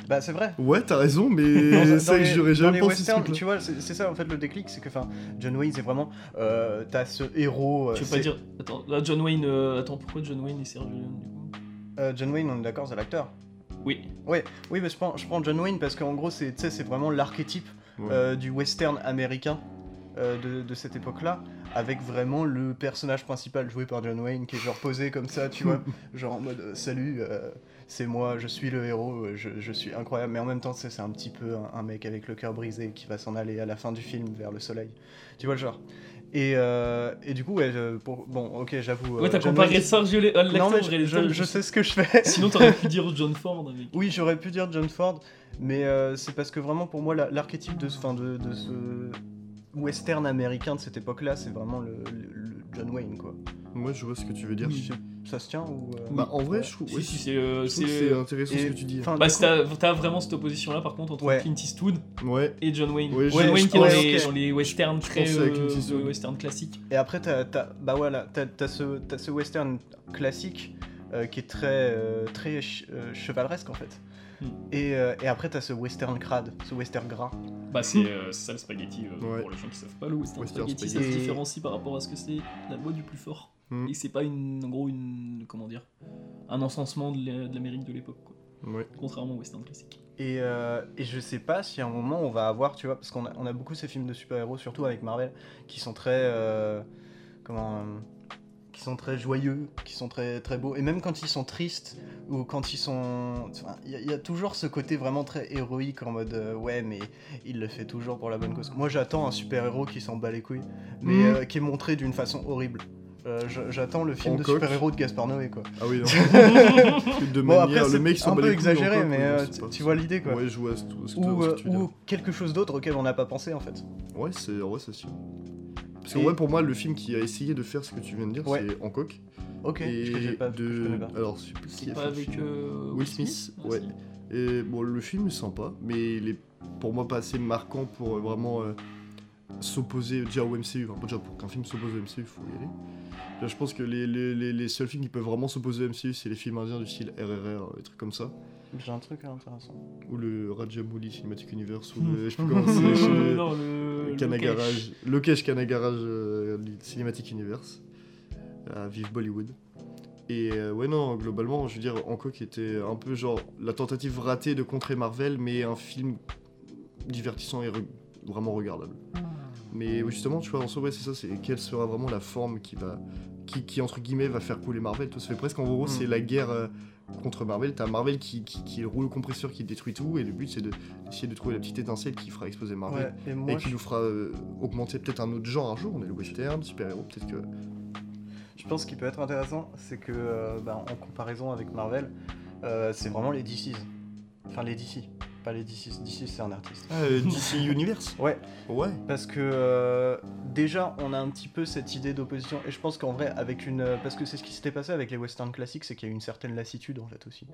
A: Bah, c'est vrai.
B: Ouais, t'as raison,
A: Dans-
B: mais
A: dans
B: ça,
A: les-
B: j'aurais
A: dans
B: jamais
A: les
B: pensé ce
A: westerns,
B: truc-là.
A: Tu vois, c'est c'est ça en fait le déclic, c'est que enfin, John Wayne, c'est vraiment. euh, T'as ce héros. euh,
C: Tu veux
A: c'est-
C: pas dire. Attends, là, John Wayne. euh, Attends, pourquoi John Wayne et Sergio Leone du coup
A: euh, John Wayne, on est d'accord, c'est l'acteur.
C: Oui.
A: Oui, mais je prends, je prends John Wayne parce qu'en gros, c'est tu sais, c'est vraiment l'archétype
B: Ouais.
A: euh, du western américain euh, de, de cette époque-là, avec vraiment le personnage principal joué par John Wayne qui est genre posé comme ça, tu vois, genre en mode euh, salut, euh, c'est moi, je suis le héros, euh, je, je suis incroyable, mais en même temps, tu sais, c'est un petit peu un, un mec avec le cœur brisé qui va s'en aller à la fin du film vers le soleil, tu vois le genre. Et, euh, et du coup, ouais, je- pour- bon, ok, j'avoue.
C: Ouais,
A: euh,
C: t'as
A: John
C: comparé
A: Wayne-
C: Sergio Leone. à
A: Non,
C: l'acteur,
A: mais je,
C: réalisateur,
A: je- je sais ce que je fais.
C: Sinon, t'aurais pu dire John Ford, hein, mec.
A: Oui, j'aurais pu dire John Ford, mais euh, c'est parce que vraiment pour moi la- l'archétype de, ce- enfin, de, de ce western américain de cette époque-là, c'est vraiment le, le- le John Wayne quoi.
B: Moi, je vois ce que tu veux dire.
A: Je sais- Ça se tient ou euh,
B: Bah, en vrai, je trouve.
C: Si,
B: ouais,
C: si,
B: je
C: c'est. euh,
B: trouve que
C: c'est-
B: c'est intéressant ce
A: et-
B: que tu dis.
A: enfin,
C: Bah,
A: du
C: si
A: coup-
C: t'as t'as vraiment cette opposition-là, par contre, entre
A: Ouais.
C: Clint Eastwood
B: Ouais.
C: et John Wayne.
B: Ouais, je-
C: John
A: je
C: Wayne qui est dans,
A: pense-
C: les,
A: ok.
C: dans les westerns
B: Je
C: très.
B: pensais à Clint
C: euh,
B: Eastwood.
C: dans les westerns classiques.
A: Et après t'as, t'as- bah voilà, t'as, t'as ce, t'as ce western classique euh, qui est très euh, très ch- euh, chevaleresque en fait.
C: Hmm.
A: Et, euh, et après t'as ce western crade, ce western gras.
C: Bah, c'est euh, c'est ça le spaghetti. euh,
B: Ouais.
C: Pour les gens qui savent pas, le western
B: Western
C: spaghetti, ça se
A: spaghetti. Et-
C: différencie par rapport à ce que c'est la loi du plus fort.
B: Mm.
C: Et que c'est pas une, en gros une. Comment dire Un encensement de l'A- de l'Amérique de l'époque, quoi.
B: Ouais.
C: Contrairement au western classique.
A: Et, euh, et je sais pas si à un moment on va avoir, tu vois, parce qu'on a, on a beaucoup ces films de super-héros, surtout avec Marvel, qui sont très. euh, comment. euh, qui sont très joyeux, qui sont très, très beaux. Et même quand ils sont tristes, ou quand ils sont. enfin, Il y, a- il y a toujours ce côté vraiment très héroïque en mode euh, ouais, mais il le fait toujours pour la bonne cause. Moi j'attends un super-héros qui s'en bat les couilles, mais
B: Mhm.
A: euh, qui est montré d'une façon horrible. Euh, je- j'attends le film de
B: Hancock.
A: super-héros de Gaspar Noé, quoi.
B: Ah oui, non.
C: Bah,
B: de
A: Bon,
B: manière,
A: après,
B: le
A: c'est
B: mec s'en
A: un
B: bat
A: peu
B: les couilles
A: exagéré,
B: encore,
A: mais,
B: non,
A: euh,
B: c'est
A: tu-
B: pas
A: tu
B: ça.
A: vois l'idée, quoi.
B: Ouais, je vois ce, ce-
A: Ou,
B: ce
A: euh,
B: que tu veux
A: ou
B: dire.
A: quelque chose d'autre auquel on n'a pas pensé en fait.
B: Ouais, c'est ouais, c'est sûr. Parce que
A: Et-
B: ouais, pour moi, le film qui a essayé de faire ce que tu viens de dire,
A: Ouais.
B: c'est Hancock.
A: Ok, je
B: et
A: connais pas. je
B: de...
A: connais pas.
B: Alors, je sais plus qui
C: c'est
B: a
C: pas
B: fait le
C: avec
B: film.
C: euh,
B: Will Smith,
C: Ah,
B: ouais.
C: si.
B: Et bon, le film est sympa, mais il est pour moi pas assez marquant pour euh, vraiment euh, s'opposer déjà au MCU. Enfin, déjà, pour qu'un film s'oppose au MCU, il faut y aller. Là, je pense que les, les, les- les seuls films qui peuvent vraiment s'opposer au MCU, c'est les films indiens du style RRR, euh, des trucs comme ça.
A: J'ai un truc là, intéressant.
B: Ou le Rajamouli Cinematic Universe, ou
C: Hmm.
B: le, je sais plus comment c'est, chez
C: Euh,
B: le-
C: non, le. le Bah,
B: Canagarage, Lokesh Canagarage euh, Cinematic Universe, à Vive Bollywood. Et euh, ouais, non, globalement, je veux dire, Hancock était un peu genre la tentative ratée de contrer Marvel, mais un film divertissant et re- vraiment regardable. Mais justement, tu vois, en soi, ouais, c'est ça, c'est quelle sera vraiment la forme qui va. qui, qui, entre guillemets va faire couler Marvel. Tout se fait presque en gros,
A: Mm.
B: c'est la guerre euh, contre Marvel. T'as Marvel qui, qui, qui roule le compresseur, qui détruit tout, et le but c'est de- d'essayer de trouver la petite étincelle qui fera exploser Marvel
A: Ouais, et moi,
B: et qui
A: je,
B: nous fera euh, augmenter peut-être un autre genre un jour. On est le western, super-héros, peut-être que.
A: je pense qu'il peut être intéressant, c'est que euh, bah, en comparaison avec Marvel, euh, c'est vraiment les DCs. Enfin, les DC. Pas les DCs. DC, c'est un artiste.
B: Ah, euh, DC Universe
A: Ouais.
B: Ouais.
A: Parce que euh, déjà, on a un petit peu cette idée d'opposition, et je pense qu'en vrai, avec une, euh, parce que c'est ce qui s'était passé avec les westerns classiques, c'est qu'il y a eu une certaine lassitude en fait aussi.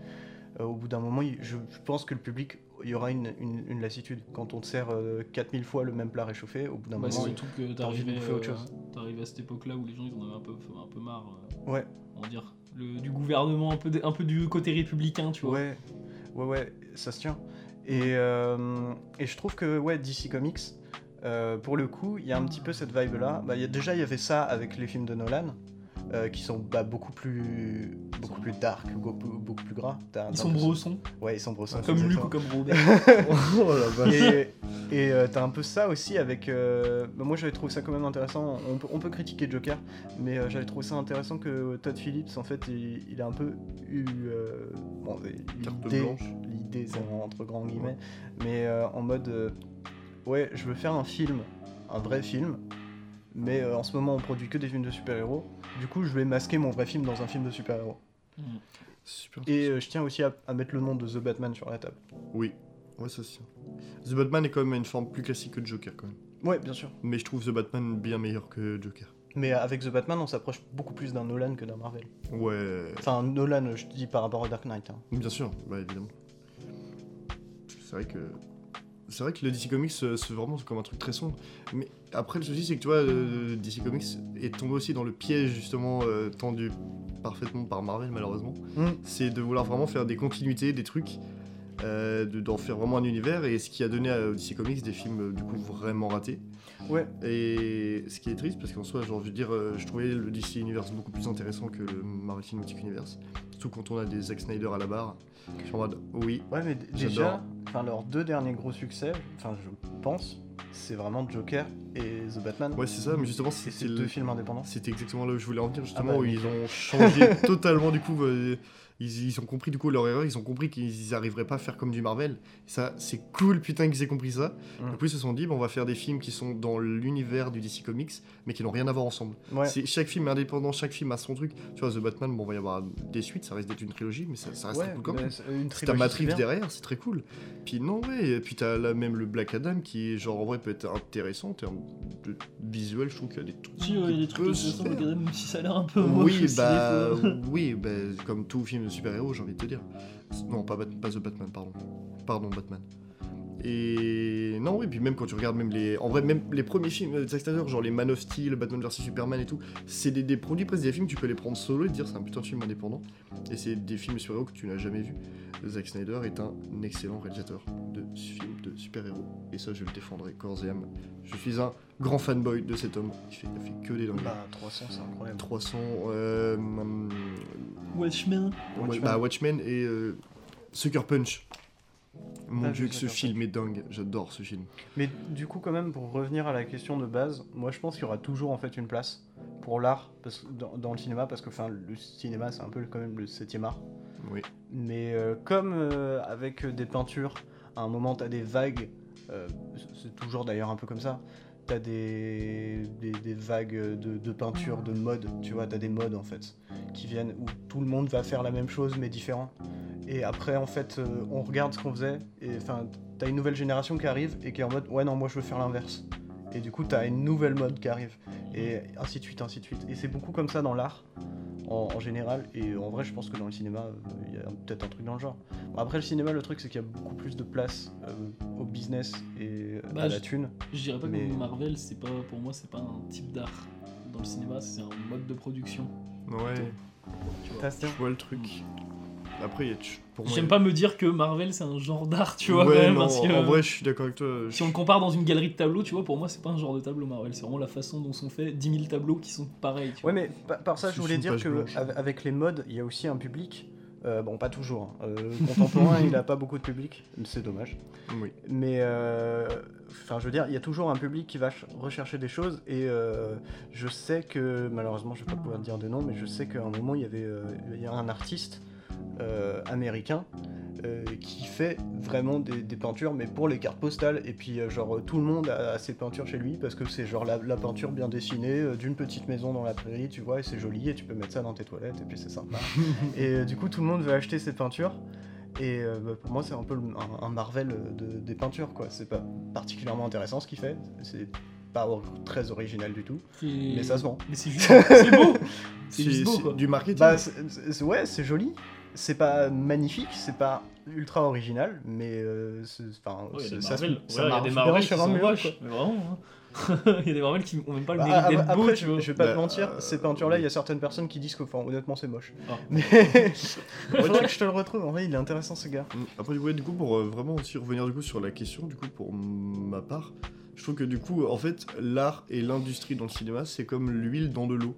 A: Euh, au bout d'un moment, il- je, je pense que le public, il y aura une, une- une lassitude quand on te sert euh, 4000 fois le même plat réchauffé. Au bout d'un
C: Bah, c'est
A: moment, il-
C: surtout que
A: t'as envie de
C: t'arrivais
A: bouffer autre
C: euh,
A: chose.
C: t'arrivais à cette époque-là où les gens ils en avaient un peu, un peu marre. euh,
A: Ouais.
C: On va dire. Le, du gouvernement, un peu, de- un peu du côté républicain, tu vois.
A: Ouais, ouais, ouais, ça se tient. Et, euh, et je trouve que ouais, DC Comics, euh, pour le coup, il y a un petit peu cette vibe-là. Bah, il y a- déjà, il y avait ça avec les films de Nolan, euh, qui sont bah, beaucoup plus, beaucoup plus dark, beaucoup, beaucoup plus gras. T'as-
C: Ils
A: t'as
C: sont
A: un peu-
C: brossons,
A: Ouais, ils sont brossons.
C: comme Luc ou
A: exactement.
C: comme Robert.
B: oh la vache.
A: Et et, euh, t'as un peu ça aussi avec. euh, bah, moi j'avais trouvé ça quand même intéressant. On peut, on peut critiquer Joker, mais euh, j'avais trouvé ça intéressant que euh, Todd Phillips, en fait, il, il a un peu eu. euh, bon, une
B: Carte
A: idée-
B: blanche.
A: l'idée c'est en- entre grands guillemets mais euh, en mode euh, ouais je veux faire un film un vrai film mais euh, en ce moment on produit que des films de super-héros. Du coup, je vais masquer mon vrai film dans un film de super-héros.
B: Super
A: Et euh, je tiens aussi à, à mettre le nom de The Batman sur la table.
B: Oui, ouais, ça c'est sûr. The Batman est quand même une forme plus classique que Joker, quand même.
A: Ouais, bien sûr.
B: Mais je trouve The Batman bien meilleur que Joker.
A: Mais euh, avec The Batman, on s'approche beaucoup plus d'un Nolan que d'un Marvel.
B: Ouais,
A: Enfin, Nolan, euh, je dis par rapport au Dark Knight. hein.
B: bien sûr, bah évidemment. C'est vrai que. C'est vrai que le DC Comics, euh, c'est vraiment comme un truc très sombre. Mais après, le souci, c'est que tu vois, euh, DC Comics est tombé aussi dans le piège, justement, euh, tendu parfaitement par Marvel, malheureusement.
A: Mm.
B: C'est de vouloir vraiment faire des continuités, des trucs, euh, de- d'en faire vraiment un univers, et ce qui a donné à DC Comics des films, euh, du coup, vraiment ratés.
A: Ouais,
B: Et ce qui est triste, parce qu'en soi, j'ai envie de dire, euh, je trouvais le DC Universe beaucoup plus intéressant que le Marvel Cinematic Universe. Surtout quand on a des Zack Snyder à la barre. Je suis en mode, oui,
A: ouais, mais d-
B: J'adore.
A: déjà, enfin leurs deux derniers gros succès, enfin je pense, c'est vraiment Joker et The Batman.
B: ouais, c'est ça, mais justement,
A: et
B: c'était
A: ces deux
B: le-
A: films indépendants.
B: c'était exactement là où je voulais en venir, justement,
A: Ah bah,
B: où
A: mais-
B: ils ont changé totalement, du coup, euh, ils, ils ont compris, du coup, leur erreur, ils ont compris qu'ils arriveraient pas à faire comme du Marvel. Ça, c'est cool, putain, qu'ils aient compris ça.
A: Mm.
B: Du coup, ils se sont dit, bah, on va faire des films qui sont dans l'univers du DC Comics, mais qui n'ont rien à voir ensemble.
A: Ouais.
B: C'est- Chaque film est indépendant, chaque film a son truc. Tu vois, The Batman, bon, il va y avoir des suites, ça risque d'être une trilogie, mais ça, ça reste
A: Ouais,
B: Ah, cool quand
A: mais
B: même.
A: c'est une
B: Si t'as
A: trilogie, c'est
B: Matrix
A: bien.
B: derrière, c'est très cool. Puis non, ouais, et puis t'as là même le Black Adam qui, genre, en vrai, peut être intéressant en termes de visuel. Je trouve qu'il y a des trucs.
C: Si, ouais, il y a des trucs
B: peuvent
C: de
B: se
C: façon,
B: faire.
C: regardez, même si ça a l'air un peu moche
B: Oui,
C: aussi,
B: bah,
C: des fois.
B: oui, bah, comme tout film de super-héros, j'ai envie de te dire. Non, pas, Bat- pas The Batman, pardon. Pardon, Batman. Et non, oui, puis même quand tu regardes même les. En vrai, même les premiers films de Zack Snyder, genre les Man of Steel, Batman vs Superman et tout, c'est des, des produits presque des films, tu peux les prendre solo et te dire c'est un putain de film indépendant. Et c'est des films de super-héros que tu n'as jamais vu. Zack Snyder est un excellent réalisateur de films de super-héros. Et ça, je le défendrai corps et âme. Je suis un grand fanboy de cet homme qui fait, qui a fait que des dingueries.
A: Bah 300, c'est incroyable.
B: 300. euh,
C: Watchmen.
B: Ouais,
A: Watchmen.
B: bah, Watchmen et euh, Sucker Punch. Mon
A: Ah,
B: dieu,
A: j'ai
B: que ce
A: Sucker
B: film est dingue. J'adore ce film.
A: Mais du coup, quand même, pour revenir à la question de base, moi je pense qu'il y aura toujours en fait une place pour l'art parce que- dans, dans le cinéma, parce que enfin le cinéma c'est un peu quand même le septième art.
B: Oui.
A: Mais euh, comme euh, avec des peintures, à un moment t'as des vagues, euh, c'est toujours d'ailleurs un peu comme ça, t'as des, des, des vagues de, de peinture, de mode, tu vois, t'as des modes en fait, qui viennent où tout le monde va faire la même chose mais différent. Et après en fait euh, on regarde ce qu'on faisait, et enfin t'as une nouvelle génération qui arrive et qui est en mode ouais non moi je veux faire l'inverse. Et du coup t'as une nouvelle mode qui arrive. Et ainsi de suite, ainsi de suite. Et c'est beaucoup comme ça dans l'art en, en général. Et en vrai, je pense que dans le cinéma, euh, il y a peut-être un truc dans le genre. Bon, après, le cinéma, le truc, c'est qu'il y a beaucoup plus de place euh, au business et euh,
C: Bah,
A: à la
C: je-
A: thune.
C: Je dirais pas
A: Mais-
C: que Marvel, c'est pas, pour moi, c'est pas un type d'art. Dans le cinéma, c'est un mode de production.
B: Ouais,
A: T'as-
B: je vois le truc. Après, il y a- tu- pour moi.
C: J'aime
B: il-
C: pas me dire que Marvel, c'est un genre d'art, tu vois,
B: Ouais,
C: quand même.
B: non,
C: parce que,
B: En vrai, je suis d'accord avec toi. je-
C: Si on le compare dans une galerie de tableaux, tu vois, pour moi, c'est pas un genre de tableau Marvel. C'est vraiment la façon dont sont faits 10 000 tableaux qui sont pareils. Tu
A: Ouais,
C: vois.
A: mais pa- par ça,
B: Sous-
A: je voulais
B: sous
A: dire
B: page
A: que
B: blanche.
A: av- avec les modes, il y a aussi un public. Euh, bon, pas toujours. hein. Euh, le contemporain, il a pas beaucoup de public. C'est dommage.
B: Oui.
A: Mais, euh, enfin, je veux dire, il y a toujours un public qui va ch- rechercher des choses. Et euh, je sais que, malheureusement, je vais pas pouvoir dire de nom, mais je sais qu'à un moment, il y avait euh, il y a un artiste euh, américain euh, qui fait vraiment des, des peintures, mais pour les cartes postales. Et puis, euh, genre, euh, tout le monde a, a ses peintures chez lui parce que c'est genre la, la peinture bien dessinée euh, d'une petite maison dans la prairie, tu vois, et c'est joli, et tu peux mettre ça dans tes toilettes, et puis c'est sympa. et euh, du coup, tout le monde veut acheter ses peintures. Et euh, bah, pour moi, c'est un peu le- un, un Marvel euh, de- des peintures, quoi. C'est pas particulièrement intéressant ce qu'il fait, c'est pas or- très original du tout,
C: C'est-
A: mais ça se vend.
C: Mais c'est juste. c'est beau C'est
B: C'est
C: juste beau,
B: c'est
C: quoi.
B: du marketing.
A: Bah, c'est- c'est- ouais, c'est joli, c'est pas magnifique, c'est pas ultra original, mais euh, c'est- enfin,
C: Ouais, il y a
A: c'est-
C: des
A: ça se-
C: Marvel.
A: ça
C: Ouais, il y a
A: marche
C: des
A: bien
C: Marvel qui
A: sur un
C: sont
A: mur,
C: moches,
A: quoi.
C: mais vraiment. hein. Il y a des Marvel qui ont même pas le
A: Bah,
C: mérite
A: après,
C: d'être beaux,
A: après,
C: tu
A: je,
C: vois.
A: je vais pas
B: Bah,
A: te mentir,
B: euh,
A: ces peintures-là, il
B: oui.
A: y a certaines personnes qui disent que, enfin, honnêtement, c'est moche.
C: Ah.
A: Mais faudrait que je te le retrouve. En vrai, il est intéressant ce gars.
B: Mm. Après, du coup, ouais, du coup, pour euh, vraiment aussi revenir du coup sur la question, du coup, pour m- ma part, je trouve que du coup, en fait, l'art et l'industrie dans le cinéma, c'est comme l'huile dans de l'eau.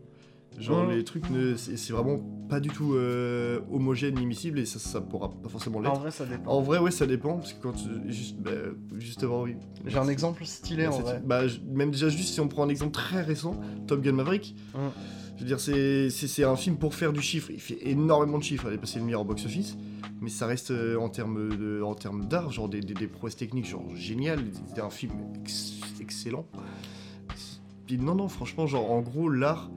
B: Genre,
A: Mm.
B: les trucs, ne, c'est, c'est vraiment pas du tout euh, homogène, immiscible, et ça, ça pourra pas forcément
A: En
B: l'être.
A: vrai, ça dépend.
B: En vrai, ouais, ça dépend, parce que quand tu- juste, bah, juste avant, oui.
A: J'ai un exemple stylé en
B: Cette-
A: vrai.
B: bah, je- même déjà juste si on prend un exemple très récent, Top Gun Maverick.
A: Mm.
B: Je veux dire, c'est- c'est c'est un film pour faire du chiffre. Il fait énormément de chiffres. Il est passé le meilleur au box-office, mais ça reste euh, en termes de- en termes d'art, genre des, des, des prouesses techniques, genre génial. C'était un film ex- excellent. Puis non, non, franchement, genre, en gros, l'art.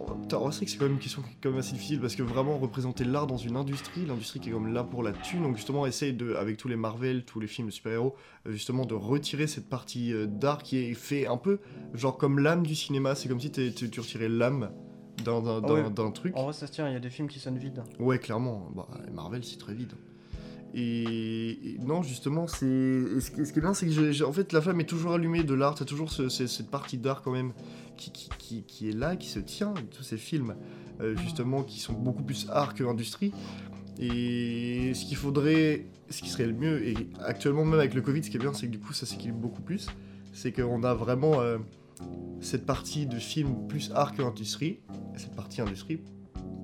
B: Oh, Putain, on sait que c'est quand même une question qui est quand même assez difficile parce que vraiment représenter l'art dans une industrie, l'industrie qui est comme là pour la thune, donc justement essaye de, avec tous les Marvel, tous les films de super-héros, euh, justement de retirer cette partie euh, d'art qui est fait un peu genre comme l'âme du cinéma, c'est comme si t'es- tu tu retirais l'âme d'un d'un-
A: Ah ouais.
B: d'un- d'un truc.
A: En vrai, ça se tient, il y a des films qui sonnent vides.
B: Ouais, clairement. Bah, Marvel, c'est très vide. Et, et non, justement, c'est. et Ce, qui- ce qui est bien, c'est que j'ai- j'ai- en fait, la flamme est toujours allumée de l'art. T'as toujours ce- ce- cette partie d'art quand même qui, qui, qui- qui est là, qui se tient. Tous ces films, euh, justement, qui sont beaucoup plus art que industrie. Et ce qu'il faudrait, ce qui serait le mieux, et actuellement même avec le Covid, ce qui est bien, c'est que du coup, ça s'équilibre beaucoup plus. C'est qu'on a vraiment euh, cette partie de film plus art que industrie, et cette partie industrie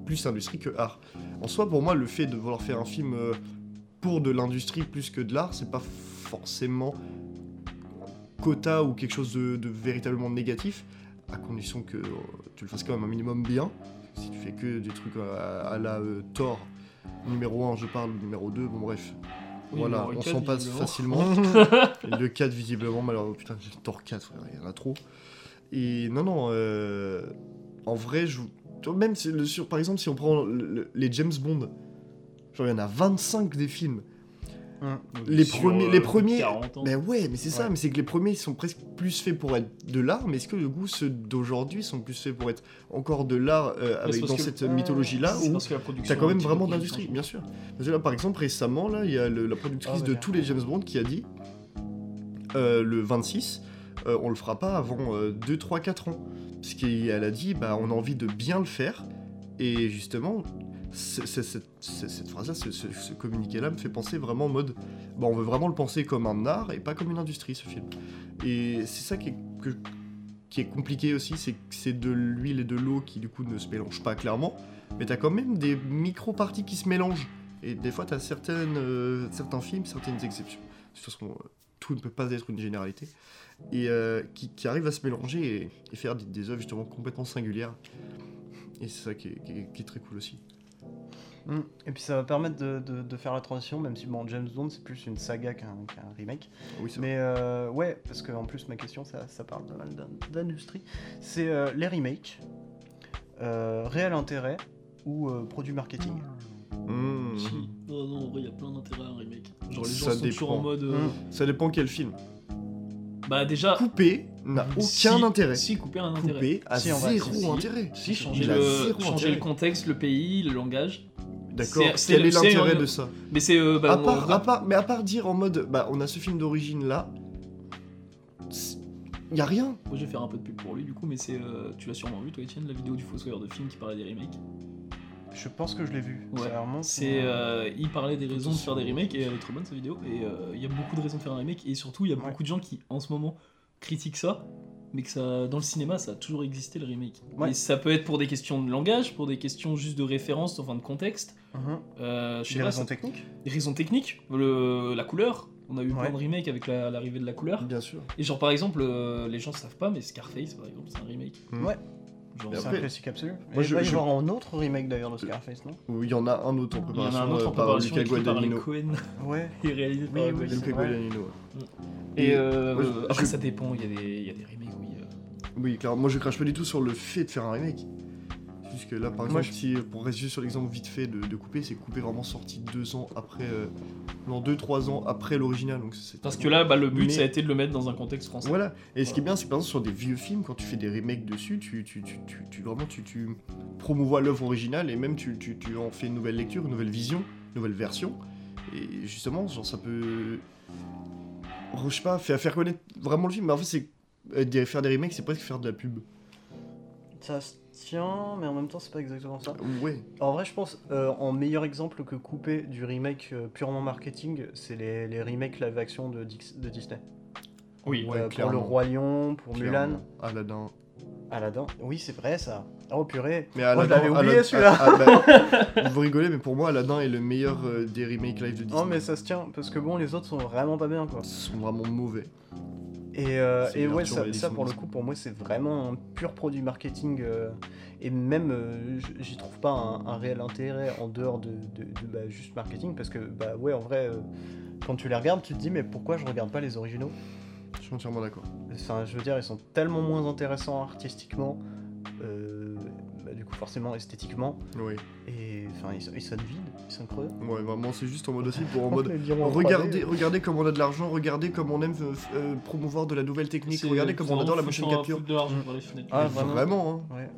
B: plus industrie que art. En soi, pour moi, le fait de vouloir faire un film euh, pour de l'industrie plus que de l'art, c'est pas forcément quota ou quelque chose de, de véritablement négatif, à condition que euh, tu le fasses quand même un minimum bien. Si tu fais que des trucs à, à la euh, Thor, numéro 1, je parle, numéro 2, bon bref.
C: Oui,
B: voilà,
C: numéro
B: on
C: quatre,
B: s'en passe
C: visiblement.
B: facilement. Et le 4, visiblement, malheureusement, putain, j'ai Thor 4, frère, il y en a trop. Et non, non, euh, en vrai, je. tu vois, Même si le- sur, par exemple, si on prend le- le- les James Bond, genre il y en a 25 des films. Les
C: Sur, euh,
B: premiers- les
C: plus de
B: premiers-
C: 40 ans.
B: Mais ouais, mais c'est ça,
A: Ouais.
B: mais c'est que les premiers ils sont presque plus faits pour être de l'art, mais est-ce que le goût ceux d'aujourd'hui sont plus faits pour être encore de l'art euh, avec
C: parce
B: dans
C: que-
B: cette mythologie là
C: C'est
B: où
C: parce que la production
B: T'as quand même
C: est un petit peu
B: vraiment
C: plus
B: d'industrie,
C: importante.
B: bien sûr. Parce que là, par exemple, récemment, là, il y a le- la productrice
A: Ah,
B: de
A: ouais.
B: tous les James Bond qui a dit euh, le 26, euh, on le fera pas avant euh, 2, 3, 4 ans. Parce qu'elle a dit, bah, on a envie de bien le faire. Et justement, c'est- c'est- c'est- c'est- cette phrase-là, ce, ce- ce communiqué-là me fait penser vraiment en mode, bah, on veut vraiment le penser comme un art et pas comme une industrie, ce film. Et c'est ça qui est, que- qui est compliqué aussi, c'est que c'est de l'huile et de l'eau qui, du coup, ne se mélangent pas clairement mais t'as quand même des micro-parties qui se mélangent. Et des fois, t'as certaines, euh, certains films, certaines exceptions. De toute façon, euh, tout ne peut pas être une généralité. Et euh, qui, qui arrivent à se mélanger et, et faire des, des œuvres justement complètement singulières. Et c'est ça qui est, qui est- qui est très cool aussi.
A: Mm. Et puis ça va permettre de, de- de faire la transition, même si bon, James Bond c'est plus une saga qu'un qu'un remake.
B: Ah Oui, c'est vrai.
A: Mais euh, ouais, parce que en plus ma question ça, ça parle pas mal d'in- d'industrie. C'est euh, les remakes, euh, réel intérêt ou euh, produit marketing
B: Mmh.
C: Si. Oh non, en vrai, il y a plein d'intérêt à un remake. Genre, les gens
B: Ça
C: sont toujours
B: dépend. Hmm.
C: en mode. euh,
A: Mm.
B: Ça dépend quel film.
C: Bah, déjà.
B: Couper n'a aucun
C: si-
B: intérêt.
C: Si, couper un intérêt.
B: Couper a
A: Si, on va-
B: zéro
C: si, si.
B: intérêt.
C: Si, changer,
B: Il a
C: le,
B: zéro
C: changer
B: intérêt.
C: le contexte, le pays, le langage.
B: D'accord.
C: c'est-
B: Quel est
C: c'est-
B: l'intérêt de ça
C: Mais c'est. euh, bah,
B: à
C: on-
B: part,
C: on-
B: à part- mais à part dire en mode, bah, on a ce film d'origine là, c'est- y a rien.
C: Moi, je vais faire un peu de pub pour lui, du coup, mais c'est. euh, tu l'as sûrement vu, toi, Etienne, la vidéo du Fossoyeur de film qui parlait des remakes.
A: Je pense que je l'ai vu.
C: Ouais.
A: Ça remonte,
C: C'est,
A: mais-
C: euh, il parlait des raisons de faire des remakes et elle est trop bonne cette vidéo. Et euh, il y a beaucoup de raisons de faire un remake et surtout il y a
A: Ouais.
C: beaucoup de gens qui en ce moment critiquent ça, mais que ça, dans le cinéma ça a toujours existé le remake.
A: Ouais.
C: Et ça peut être pour des questions de langage, pour des questions juste de référence, enfin de contexte.
A: Mhm.
C: Euh, je sais
A: Des
C: pas,
A: raisons
C: ça-
A: techniques
C: des raisons techniques, le, la couleur. On a eu plein
A: Ouais.
C: de remakes avec la- l'arrivée de la couleur.
B: Bien sûr.
C: Et genre par exemple, euh, les gens savent pas, mais Scarface par exemple c'est un remake.
B: Mm.
A: Ouais.
C: Genre,
B: Et
A: C'est
C: ça-
A: un
B: après-
A: classique absolu.
B: Moi,
A: Moi,
B: je-
A: je, il va y
B: je-
A: avoir un autre remake d'ailleurs de Scarface, non
B: Ou Il y en a un autre en
C: il y en a
B: préparation,
C: un autre en
B: euh, par
C: préparation
B: Luca
C: écrit par les
B: Guadagnino.
C: Cohen
A: Ouais.
C: et réalisé par
A: Oui,
C: les
A: oui,
C: Coen.
A: c'est
B: Luca
A: vrai.
B: Guadagnino, ouais.
C: Et euh,
B: Moi, je-
C: euh,
B: je-
C: après, ça dépend, il y, a des- il y a des remakes, oui. euh.
B: Oui, clairement, moi je crache pas du tout sur le fait de faire un remake. Jusque là, par
A: Moi,
B: exemple, si, euh, pour rester sur l'exemple vite fait de, de Couper, c'est Couper vraiment sorti deux ans après. euh, non, deux, trois ans après l'original. donc c'est-
C: Parce que là, bah, le but,
B: Mais-
C: ça a été de le mettre dans un contexte français.
B: Voilà. Et ce qui est bien, c'est que par exemple sur des vieux films, quand tu fais des remakes dessus, tu, tu, tu, tu, tu- vraiment tu, tu promouvois l'œuvre originale et même tu, tu, tu en fais une nouvelle lecture, une nouvelle vision, une nouvelle version. Et justement, genre ça peut, je sais pas, faire, faire connaître vraiment le film. Mais en fait, c'est euh, des- faire des remakes, c'est presque faire de la pub.
A: Ça se tient, mais en même temps, c'est pas exactement ça.
B: Ouais.
A: En vrai, je pense, euh, en meilleur exemple que coupé du remake euh, purement marketing, c'est les, les remakes live action de, Dix- de Disney.
C: Oui.
B: Ouais,
A: Euh, pour
B: clairement.
A: Le Roi Lion, pour Mulan,
B: Clairement. Aladdin.
A: Aladdin. Oui, c'est vrai ça. Oh purée.
B: Mais
A: Moi, je l'avais oublié,
B: Aladdin-
A: celui-là.
B: Ah, ah, bah, vous rigolez, mais pour moi, Aladdin est le meilleur euh, des remakes live de Disney.
A: Non, mais ça se tient, parce que bon, les autres sont vraiment pas bien quoi.
B: Ils sont vraiment mauvais.
A: Et, euh,
B: C'est
A: et
B: bien
A: ouais,
B: sûr,
A: ça,
B: ils
A: ça,
B: sont-
A: pour le coup, pour moi, c'est vraiment un pur produit marketing. euh, et même, euh, j- j'y trouve pas un, un réel intérêt en dehors de, de- de, bah, juste marketing, parce que, bah ouais, en vrai, euh, quand tu les regardes, tu te dis, mais pourquoi je regarde pas les originaux
B: Je suis entièrement d'accord.
A: Enfin, je veux dire, ils sont tellement moins intéressants artistiquement, euh, bah, du coup, forcément esthétiquement,
B: Oui.
A: et enfin, ils, ils sonnent vides, ils sonnent creux.
B: Ouais, vraiment, c'est juste en mode aussi pour en
A: On
B: mode.
A: les dira en 3D,
B: Regardez,
A: euh.
B: regardez comme on a de l'argent, regardez comme on aime euh, euh, promouvoir de la nouvelle technique,
C: C'est-
B: regardez comme
C: c'est
B: on adore la
C: vraiment
B: motion
C: foutre un-
B: capture. Hmm.
C: foutre de l'argent dans les fenêtres.
A: Ah,
B: Mais
A: vraiment.
B: vraiment, hein.
A: Ouais.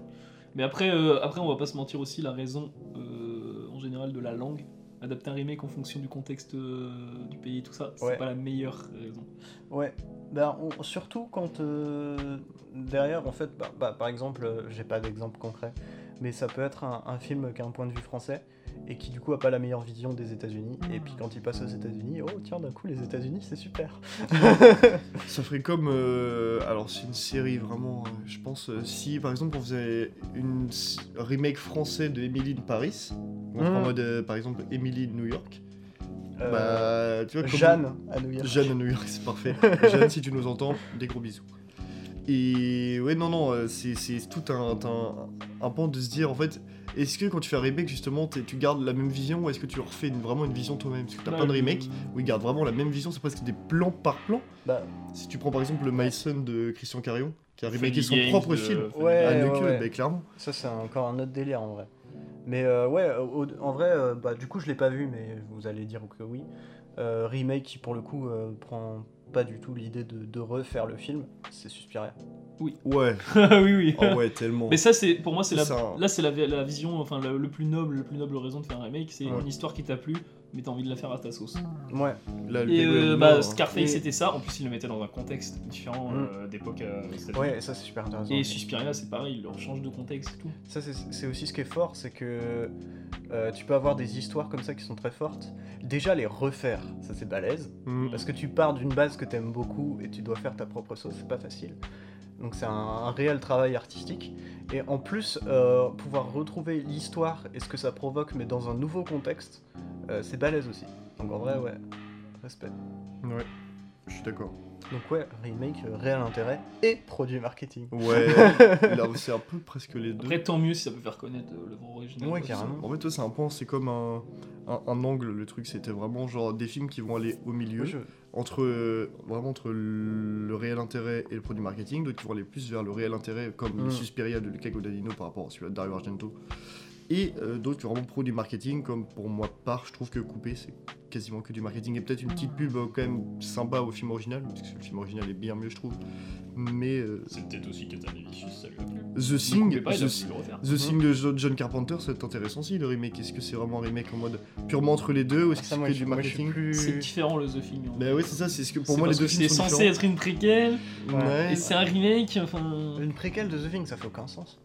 C: Mais après, euh, après, on va pas se mentir aussi, la raison euh, en général de la langue, adapter un remake en fonction du contexte euh, du pays et tout ça, c'est
A: Ouais.
C: pas la meilleure raison.
A: Ouais, bah, on- surtout quand euh, derrière, en fait, bah, bah, par exemple, euh, j'ai pas d'exemple concret, mais ça peut être un, un film qui a un point de vue français et qui du coup a pas la meilleure vision des États-Unis, et puis quand il passe aux États-Unis, oh tiens, d'un coup, les États-Unis, c'est super.
B: Ça ferait comme. euh, alors, c'est une série vraiment. euh, je pense. euh, si par exemple on faisait une, s- un remake français de Emily de Paris,
C: Mmh.
B: on ferait en
A: Mm.
B: mode euh, par exemple Emily de New York.
A: Euh,
B: bah, tu vois, comme-
A: Jeanne à New York.
B: Jeanne à New York, c'est parfait. Jeanne, si tu nous entends, des gros bisous. Et ouais, non, non, euh, c'est c'est tout un, un, un pan de se dire en fait. Est-ce que quand tu fais un remake, justement, t'es- tu gardes la même vision ou est-ce que tu refais une- vraiment une vision toi-même Parce que t'as
C: Là,
B: pas
C: le-
B: de remake où ils gardent vraiment la même vision, c'est presque des plans par plan.
A: Bah,
B: Si tu prends par exemple le My Son de Christian Carion, qui a remaké
C: Funny
B: son
C: Games euh,
B: propre
C: de-
B: film,
C: Funny
A: Ouais,
B: à
C: Games.
B: ne
A: ouais,
B: que,
A: ouais.
B: bah, clairement.
A: Ça, c'est encore un autre délire en vrai. Mais euh, ouais, au- au- en vrai, euh, bah, du coup, je l'ai pas vu, mais vous allez dire que oui. Euh, remake qui, pour le coup, euh, prend pas du tout l'idée de, de refaire le film, c'est Suspiria.
B: Ouais,
C: Ah oui, oui.
B: oh ouais, tellement.
C: Mais ça, c'est pour moi, c'est la,
B: C'est ça.
C: là, c'est la, la vision, enfin, le, le plus noble, le plus noble raison de faire un remake, c'est
B: Ouais.
C: une histoire qui t'a plu, mais t'as envie de la faire à ta sauce.
A: Ouais,
B: Là, le
C: Et
B: dégoût est
C: euh,
B: mort,
C: bah,
B: hein. Mm.
C: Scarface,
A: Et-
C: c'était ça. En plus, il le mettait dans un contexte différent euh, d'époque. euh, c'est-à-dire-
A: ouais, ça, c'est super intéressant.
C: Et Suspiria, c'est pareil, il leur change de contexte et tout.
A: Ça, c'est c'est aussi ce qui est fort, c'est que euh, tu peux avoir des histoires comme ça qui sont très fortes. Déjà, les refaire, ça, c'est balèze.
B: Mm.
A: Parce que tu pars d'une base que t'aimes beaucoup et tu dois faire ta propre sauce, c'est pas facile. Donc c'est un, un réel travail artistique. Et en plus, euh, pouvoir retrouver l'histoire et ce que ça provoque, mais dans un nouveau contexte, euh, c'est balèze aussi. Donc en vrai, ouais, respect.
B: Ouais, je suis d'accord.
A: Donc ouais, remake, euh, réel intérêt et produit marketing.
B: Ouais, là, c'est un peu presque les deux.
C: Après, tant mieux si ça peut faire connaître euh, l'œuvre originale.
A: Ouais,
C: quoi,
A: carrément.
B: En fait, toi, c'est un point, c'est comme un, un, un angle, le truc. C'était vraiment genre des films qui vont aller au milieu,
A: Moi, je-
B: entre euh, vraiment entre le réel intérêt et le produit marketing, d'autres qui vont aller plus vers le réel intérêt, comme
A: Mm.
B: Suspiria de Luca Guadagnino par rapport à celui de Dario Argento, et euh, d'autres qui vont vraiment pro du marketing, comme pour moi, part, je trouve que couper, c'est quasiment que du marketing, et peut-être une petite pub euh, quand même sympa au film original, parce que le film original est bien mieux, je trouve. Mais euh,
C: C'est peut-être aussi Catherine Vicious, ça lui a plu.
B: The
C: Sing,
B: Thing,
C: pas, il a
B: The
C: voulu le refaire.
B: The Thing de Jo- John Carpenter, ça va être intéressant aussi le remake. Est-ce que c'est vraiment un remake en mode purement entre les deux ou est-ce que
A: Ah, ça,
B: c'est
A: moi,
B: que
A: je-
B: du
A: moi, je suis
B: marketing
A: plus-
C: C'est différent le The Thing. en
B: Bah
C: fait.
B: ouais, c'est ça, c'est ce que pour
C: C'est
B: moi les
C: parce
B: deux
C: que
B: films
C: C'est
B: sont
C: censé être une préquelle,
B: différents. Ouais.
C: et c'est un remake, enfin.
A: Une préquelle de The Thing, ça fait aucun sens.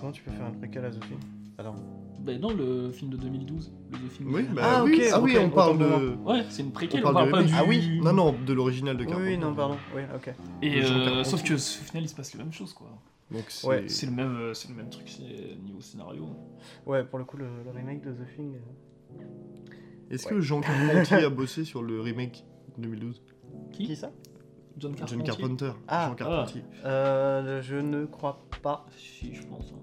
A: Comment tu peux faire une préquelle à The Thing Attends.
C: Bah non, le film de 2012, le The Thing.
B: Oui, bah
A: Ah, ok,
B: oui, ah oui,
A: ok,
B: on parle
A: autant pour
B: de.
C: Ouais, c'est une préquelle,
B: on
C: on parle,
B: parle de
C: pas
B: remake.
C: du.
A: Ah oui.
B: Non, non, de l'original de
A: Oui,
B: Carpenter.
A: oui, non, pardon. Oui, ok.
C: Et
B: Jean
C: euh,
B: Carpenter.
C: sauf que ce final, il se passe le même chose quoi.
B: Donc c'est.
A: Ouais,
C: C'est le même, euh, c'est le même truc, c'est niveau scénario.
A: Ouais, pour le coup, le, le remake de The Thing. euh,
B: Est-ce que Jean Carpentier a bossé sur le remake 2012
C: Qui
A: Qui ça
C: John Carpenter.
B: John Carpenter.
A: Ah.
B: Jean Carpentier.
A: Euh, je ne crois pas.
C: Ah, Si, je pense. hein.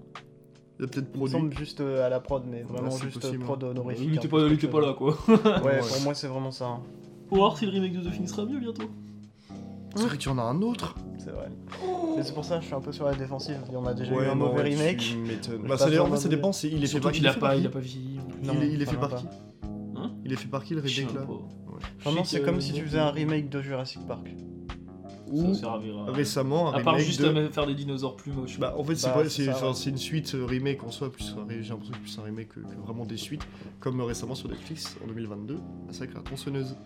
B: Il a peut-être
A: Il me
B: produit.
A: semble juste euh, à la prod, mais
B: Ah,
A: vraiment
B: c'est
A: juste
B: possible,
A: prod
B: hein.
A: honorifique.
C: Il
A: hein,
C: était Euh, pas, il était pas là quoi.
A: Ouais,
B: Ouais.
A: pour moi c'est vraiment ça. hein.
C: Faut voir si le remake de The Thing sera mieux bientôt.
B: C'est vrai qu'il y en a un autre.
A: C'est vrai. Mais c'est pour ça que je suis un peu sur la défensive. Il y en a déjà eu un
B: non,
A: mauvais
B: ouais, tu
A: remake.
B: m'étonnes.
A: J'ai
B: Bah,
A: pas
B: ça dé-
A: besoin
B: en fait, ça
A: d'en
B: dépend. c'est- Il est fait
C: Surtout
B: par
C: qu'il a
B: fait
C: pas,
B: par
C: il a pas vieilli. hein. en plus.
A: Non,
B: Il est- il est
A: ça
B: fait
A: va
B: par qui Il est fait par qui le
C: Je sais
B: remake là
C: pas.
A: Vraiment,
C: Je
A: c'est
C: sais que-
B: euh,
A: comme si tu faisais un remake de Jurassic Park.
B: Ou
C: Ça
B: Ah,
C: servira.
B: récemment un
C: À part
B: remake
C: juste
B: de-
C: euh, faire des dinosaures plus moches.
B: Bah, en fait, c'est
A: Bah,
B: pas-
A: c'est
B: c'est
A: ça,
B: enfin,
A: ouais.
B: c'est une suite euh, remake en soi, plus un ré- j'ai l'impression que plus un remake que, que vraiment des suites, comme euh, récemment sur Netflix en 2022, Massacre à la tronçonneuse.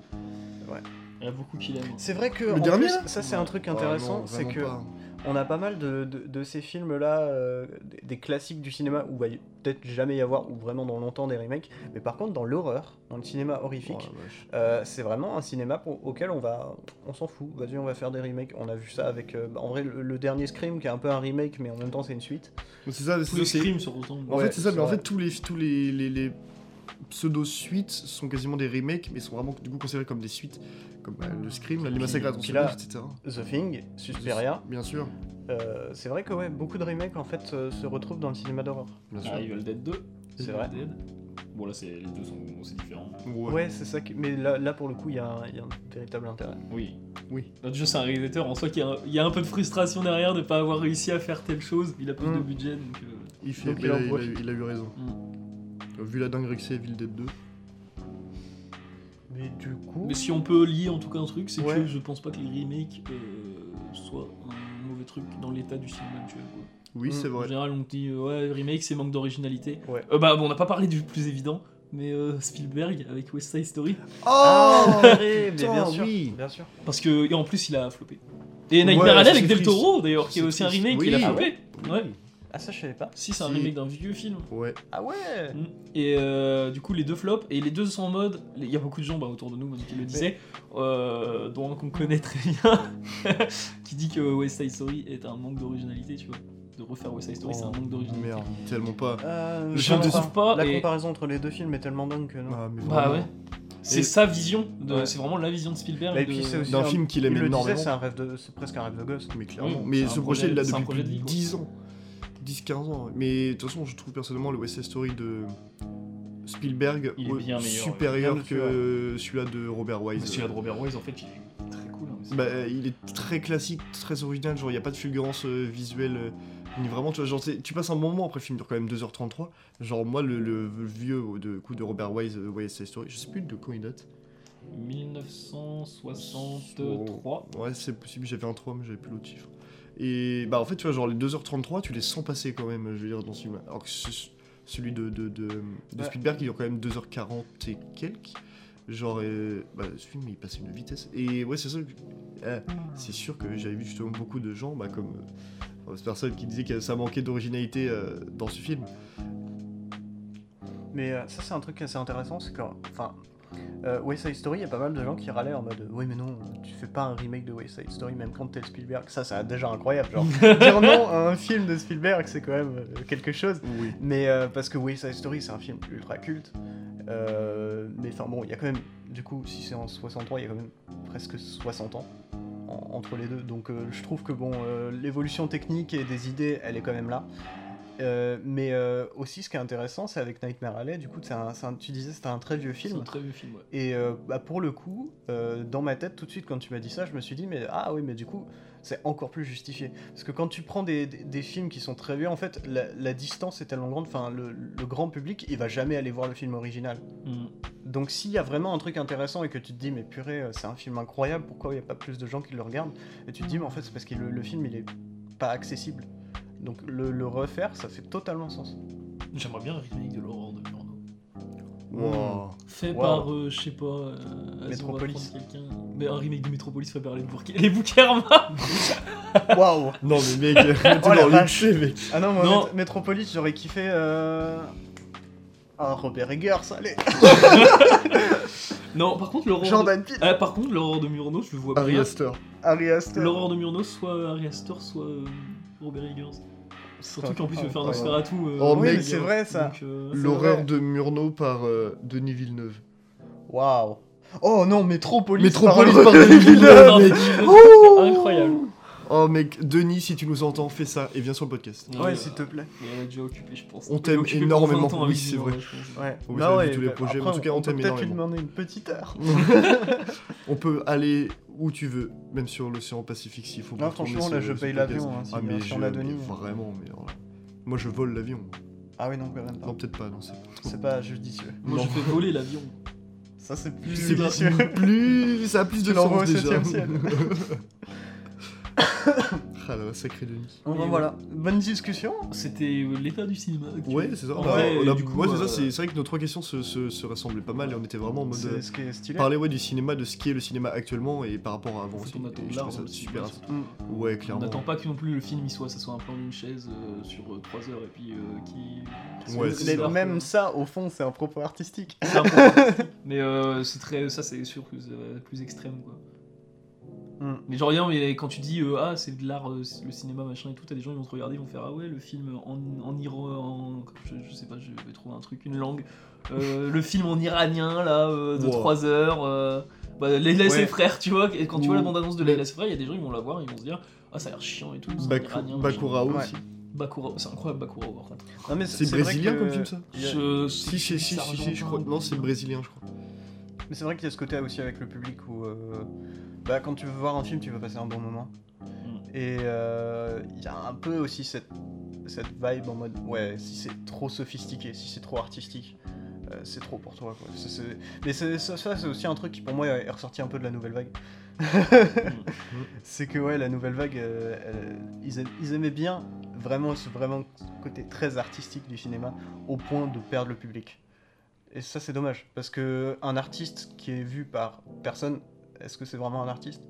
C: Il y en a beaucoup qui l'aiment.
A: C'est vrai que.
B: Le
A: en
B: dernier,
A: plus,
B: là
A: Ça, c'est un truc
B: Ah
A: intéressant.
B: non,
A: c'est
B: vraiment
A: que
B: pas.
A: on a pas mal de, de- de ces films-là, euh, des- des classiques du cinéma, où va y- peut-être jamais y avoir, ou vraiment dans longtemps, des remakes. Mais par contre, dans l'horreur, dans le cinéma horrifique,
B: Oh, la vache.
A: Euh, c'est vraiment un cinéma pour- auquel on va, on s'en fout. Vas-y, on va faire des remakes. On a vu ça avec, euh, bah, en vrai, le, le dernier Scream qui est un peu un remake, mais en même temps c'est une suite.
B: Mais C'est ça,
C: Tous
B: c'est
C: les
B: c'est-
C: scrims se ressemblent.
B: En
A: Ouais,
B: fait, c'est ça,
A: c'est
B: mais en
A: vrai.
B: fait, tous les, tous les, les, les pseudo-suites sont quasiment des remakes, mais sont vraiment du coup considérés comme des suites, comme bah, le Scream, là, les Massacres à la
A: puis là-
B: tronçonneuse, etc.
A: The Thing, Suspiria.
B: Bien sûr,
A: Euh, c'est vrai que ouais, beaucoup de remakes en fait euh, se retrouvent dans le cinéma d'horreur.
B: bien sûr.
C: Ah, Evil Dead 2.
A: C'est
C: Evil
A: vrai.
C: Dead. Bon, là, c'est- les deux sont c'est différent.
A: Ouais, c'est ça. qui- Mais là, là, pour le coup, il y, a un- il y a un véritable intérêt.
C: Oui.
B: Oui.
C: Là, déjà, c'est un réalisateur en soi qui a, un- il y a un peu de frustration derrière de pas avoir réussi à faire telle chose. Il a plus de
B: Hmm.
A: Mm.
C: budget, donc. euh,
B: Il, fait,
A: Donc,
B: mais
A: il
B: là, il,
A: envoie-
B: a, il a eu raison. Vu la dinguerie que c'est Evil Dead 2.
A: Mais du coup.
C: Mais si on peut lier en tout cas un truc, c'est que
A: Ouais.
C: je pense pas que les remakes euh, soient un mauvais truc dans l'état du cinéma actuel. quoi.
B: Oui,
A: Mm.
B: c'est
C: En
B: vrai.
C: général, on dit euh, ouais, remake c'est manque d'originalité.
A: Ouais.
C: Euh, bah, bon, on n'a pas parlé du plus évident, mais euh, Spielberg avec West Side Story.
A: Ah, mais
B: putain,
A: bien sûr,
B: oui.
A: bien sûr.
C: Parce que, et en plus, il a floppé. Et Nightmare
B: Ouais,
C: Alley
B: c'est
C: avec Del
B: triste.
C: Toro d'ailleurs, qui est
B: C'est
C: aussi un
B: triste.
C: remake,
B: Oui.
C: il a
B: Ah
C: floppé. Ouais.
A: Ah, ça, je savais pas.
C: Si, c'est un
B: Si.
C: remake d'un vieux film.
B: Ouais.
A: Ah ouais
C: Mm. Et euh, du coup, les deux flops, et les deux sont en mode. Il y a beaucoup de gens bah, autour de nous qui le disaient, euh, dont un qu'on connaît très bien, qui dit que West Side Story est un manque d'originalité, tu vois. De refaire West Side Story, c'est un manque d'originalité.
B: Oh, Merde, tellement pas.
A: Euh,
B: Je
A: la
B: ne
A: compar-
C: trouve pas,
A: La
C: et-
A: comparaison entre les deux films est tellement dingue que non.
B: Ah, mais
C: Bah
B: vraiment.
C: ouais. C'est
B: Et-
C: sa vision, de-
A: Oh, Ouais.
C: c'est vraiment la vision de Spielberg.
A: Bah, et puis
C: de-
A: c'est aussi-
B: D'un
A: C'est un-
B: film qu'il
A: Il
B: aime
A: le disait,
B: énormément.
A: c'est un rêve de- c'est presque un rêve de gosse.
B: Mais clairement.
C: Oui, c'est
B: mais
C: un
B: ce
C: projet-
B: projet, il l'a
C: c'est un
B: depuis
C: projet
B: plus
C: de
B: de
C: vie, quoi.
B: 10 ans. 10-15 ans. ouais. Mais de toute façon, je trouve personnellement le West Side Story de Spielberg
C: Il est
B: au-
C: bien meilleur,
B: supérieur
A: bien dessus,
B: que celui-là de Robert Wise.
C: Mais celui-là de Robert Wise, en fait, il est très cool. hein, mais c'est-
B: Bah, euh, il est très classique, très original, genre il n'y a pas de fulgurance euh, visuelle. euh, ni vraiment, tu vois, genre c'est- tu passes un bon moment après le film, dure quand même 2h33. Genre moi, le, le vieux euh, de coup de Robert Wise, euh, West Side Story, je sais plus de quand il date.
C: 1963.
B: Ouais, c'est possible, j'avais un 3, mais j'avais plus l'autre chiffre. Et bah en fait, tu vois, genre les 2h33, tu les sens passer quand même, je veux dire, dans ce film. Alors que ce- celui de, de, de, de
A: Ouais.
B: Spielberg, il dure quand même 2h40 et quelques. Genre, euh, bah, ce film, il passait une vitesse. Et ouais, c'est ça. que- euh, c'est sûr que j'avais vu justement beaucoup de gens, bah, comme euh, cette personne qui disait que ça manquait d'originalité euh, dans ce film.
A: Mais euh, ça, c'est un truc assez intéressant, c'est que, enfin, euh, West Side Story, il y a pas mal de gens qui râlaient en mode Oui, mais non, tu fais pas un remake de West Side Story, même quand t'es Spielberg. Ça, c'est déjà incroyable, genre. dire non à un film de Spielberg, c'est quand même euh, quelque chose.
B: Oui.
A: Mais euh, parce que West Side Story, c'est un film ultra culte. Euh, mais enfin, bon, il y a quand même, du coup, si c'est en 63, il y a quand même presque 60 ans en- entre les deux. Donc euh, je trouve que, bon, euh, l'évolution technique et des idées, elle est quand même là. Euh, mais euh, aussi, ce qui est intéressant, c'est avec Nightmare Alley, du coup, c'est un, c'est un- tu disais c'était un très vieux
C: C'est
A: film.
C: un très vieux film, ouais.
A: Et euh, bah, pour le coup, euh, dans ma tête, tout de suite, quand tu m'as dit ça, je me suis dit, mais ah oui, mais du coup, c'est encore plus justifié. Parce que quand tu prends des, des- des films qui sont très vieux, en fait, la, la distance est tellement grande, enfin, le, le grand public, il va jamais aller voir le film original.
C: Mm.
A: Donc s'il y a vraiment un truc intéressant et que tu te dis, mais purée, euh, c'est un film incroyable, pourquoi il n'y a pas plus de gens qui le regardent Et tu te dis, mais en fait, c'est parce que le, le film, il est pas accessible. Donc le, le refaire, ça fait totalement sens.
C: J'aimerais bien un remake de l'aurore de Murnau.
B: Wow.
C: Fait
A: Wow.
C: par, euh, je sais pas. euh,
A: Metropolis.
C: on va prendre quelqu'un. Mais un remake de Metropolis fait par les, Bourg- les Boukerma
A: Waouh
B: Non, mais mec, t'es
A: Oh la
B: dans le
A: vache.
B: cliché, mec.
A: Ah non, moi,
C: Non.
A: Mét- Métropolis, j'aurais kiffé. Euh... Ah, Robert Eggers, allez
C: Non, par contre, l'aurore. De...
A: Jordan Peele
C: Ah, par contre, l'aurore de Murnau, je le vois
B: Harry
C: bien.
B: Astor.
A: Harry Astor
C: L'aurore de Murnau, soit Ari Astor, soit euh, Robert Eggers. Surtout qu'en plus, je vais faire un
A: incroyable.
C: Nosferatu. euh,
B: Oh,
A: Oui,
B: mec,
A: mais c'est vrai ça
C: donc, euh,
A: C'est vrai.
B: L'horreur de Murnau par euh, Denis Villeneuve.
A: Waouh Oh non, Métropolis
B: Métropolis
A: pardon.
B: par Denis Villeneuve, mec.
A: Ouh.
C: Incroyable.
B: Oh mec, Denis, si tu nous entends, fais ça et viens sur le podcast.
A: Ouais,
C: mais,
A: s'il te plaît.
C: mais elle a déjà occupé, je pense.
B: On
C: Elle est
B: t'aime
C: occupée
B: énormément,
C: pendant 20 ans
B: oui,
C: avec
B: c'est
C: nous,
B: vrai.
C: ouais, je pense.
A: Ouais.
B: Vous
A: Bah
B: avez
A: ouais,
B: tous les
A: bah,
B: projets, mais
A: après,
B: en tout cas, on t'aime
A: peut peut-être lui
B: énormément.
A: demander une petite heure.
B: On peut aller où tu veux, même sur l'océan Pacifique s'il faut.
A: Non,
B: pour tourner
A: franchement, là,
B: ce-
A: je
B: ce
A: paye
B: podcast.
A: l'avion, hein, si-
B: ah mais,
A: si
B: je,
A: on a
B: mais
A: Denis. hein.
B: vraiment, mais alors là, moi je vole l'avion.
A: Ah oui, non, quand même pas.
B: Non, peut-être pas, non, c'est
A: C'est pas judicieux.
C: Moi, je
B: Non.
C: fais voler l'avion.
A: Ça, c'est plus
B: C'est
A: judicieux.
B: plus, plus- ça a plus de
A: Tu l'envoies
B: sens
A: au
B: déjà.
A: septième ciel.
B: ah là, là, sacré Denis.
A: Bon, bah,
C: Et
A: voilà. Bonne discussion.
C: C'était euh, l'état du cinéma. actuel.
B: Ouais, c'est ça.
C: En
B: bah,
C: vrai,
B: on a-
C: du coup,
B: ouais, c'est
C: euh,
B: ça. C'est c'est vrai que nos trois questions se, se- se rassemblaient pas mal et on était vraiment en mode.
A: C'est
B: euh,
A: ce qui est stylé.
B: Parler ouais, du cinéma, de ce qu'est le cinéma actuellement et par rapport à avant
C: Faut
B: aussi.
C: qu'on attende
B: Et je
C: l'art
B: trouve
C: dans le
B: ça super.
C: cinéma,
A: Mm.
B: Ouais,
C: On
B: clairement.
C: n'attend pas que non plus le film il soit, ça soit un plan d'une chaise euh, sur 3 heures et puis euh, qui. qui
B: Ouais,
C: se-
B: c'est
A: Mais
B: ça.
A: même ça, au fond, c'est un propos artistique.
C: C'est un peu- mais euh, c'est très, ça c'est sûr que ça va être plus extrême quoi.
A: Mm.
C: Mais genre rien, mais quand tu dis euh, ah c'est de l'art, euh, c'est le cinéma machin et tout, t'as des gens ils vont te regarder, ils vont faire ah ouais le film en, en iran, en- je, je sais pas, je vais trouver un truc, une langue, Euh, le film en iranien là euh, de
B: Wow.
C: 3 heures, euh, bah, Leila et ses
A: Ouais.
C: frères tu vois, et quand tu vois la
A: Ou-
C: bande annonce de Leila et ses frères, il y a des gens ils vont la voir, ils vont se dire ah ça a l'air chiant et tout, c'est en
B: Baku-
C: iranien. machin.
B: Bakurao
A: Ouais.
B: aussi.
C: Bakuro, c'est incroyable Bakuro par contre.
A: Non, mais
B: C'est
A: vrai
B: brésilien
A: que-
B: comme film ça
A: il y a-
C: Je-
B: Si, si, si, si, si, je crois. Non, c'est brésilien, je crois.
A: Mais c'est vrai qu'il y a ce côté aussi avec le public où euh, bah, quand tu veux voir un film, tu veux passer un bon moment. Et euh, il y a un peu aussi cette, cette vibe en mode ouais, si c'est trop sophistiqué, si c'est trop artistique, euh, c'est trop pour toi. Quoi. Ça, c'est- Mais c'est- ça, ça, c'est aussi un truc qui pour moi est ressorti un peu de la nouvelle vague. c'est que ouais, la nouvelle vague, euh, elle- ils, aim- ils aimaient bien vraiment ce vraiment côté très artistique du cinéma au point de perdre le public. Et ça c'est dommage parce que un artiste qui est vu par personne, est-ce que c'est vraiment un artiste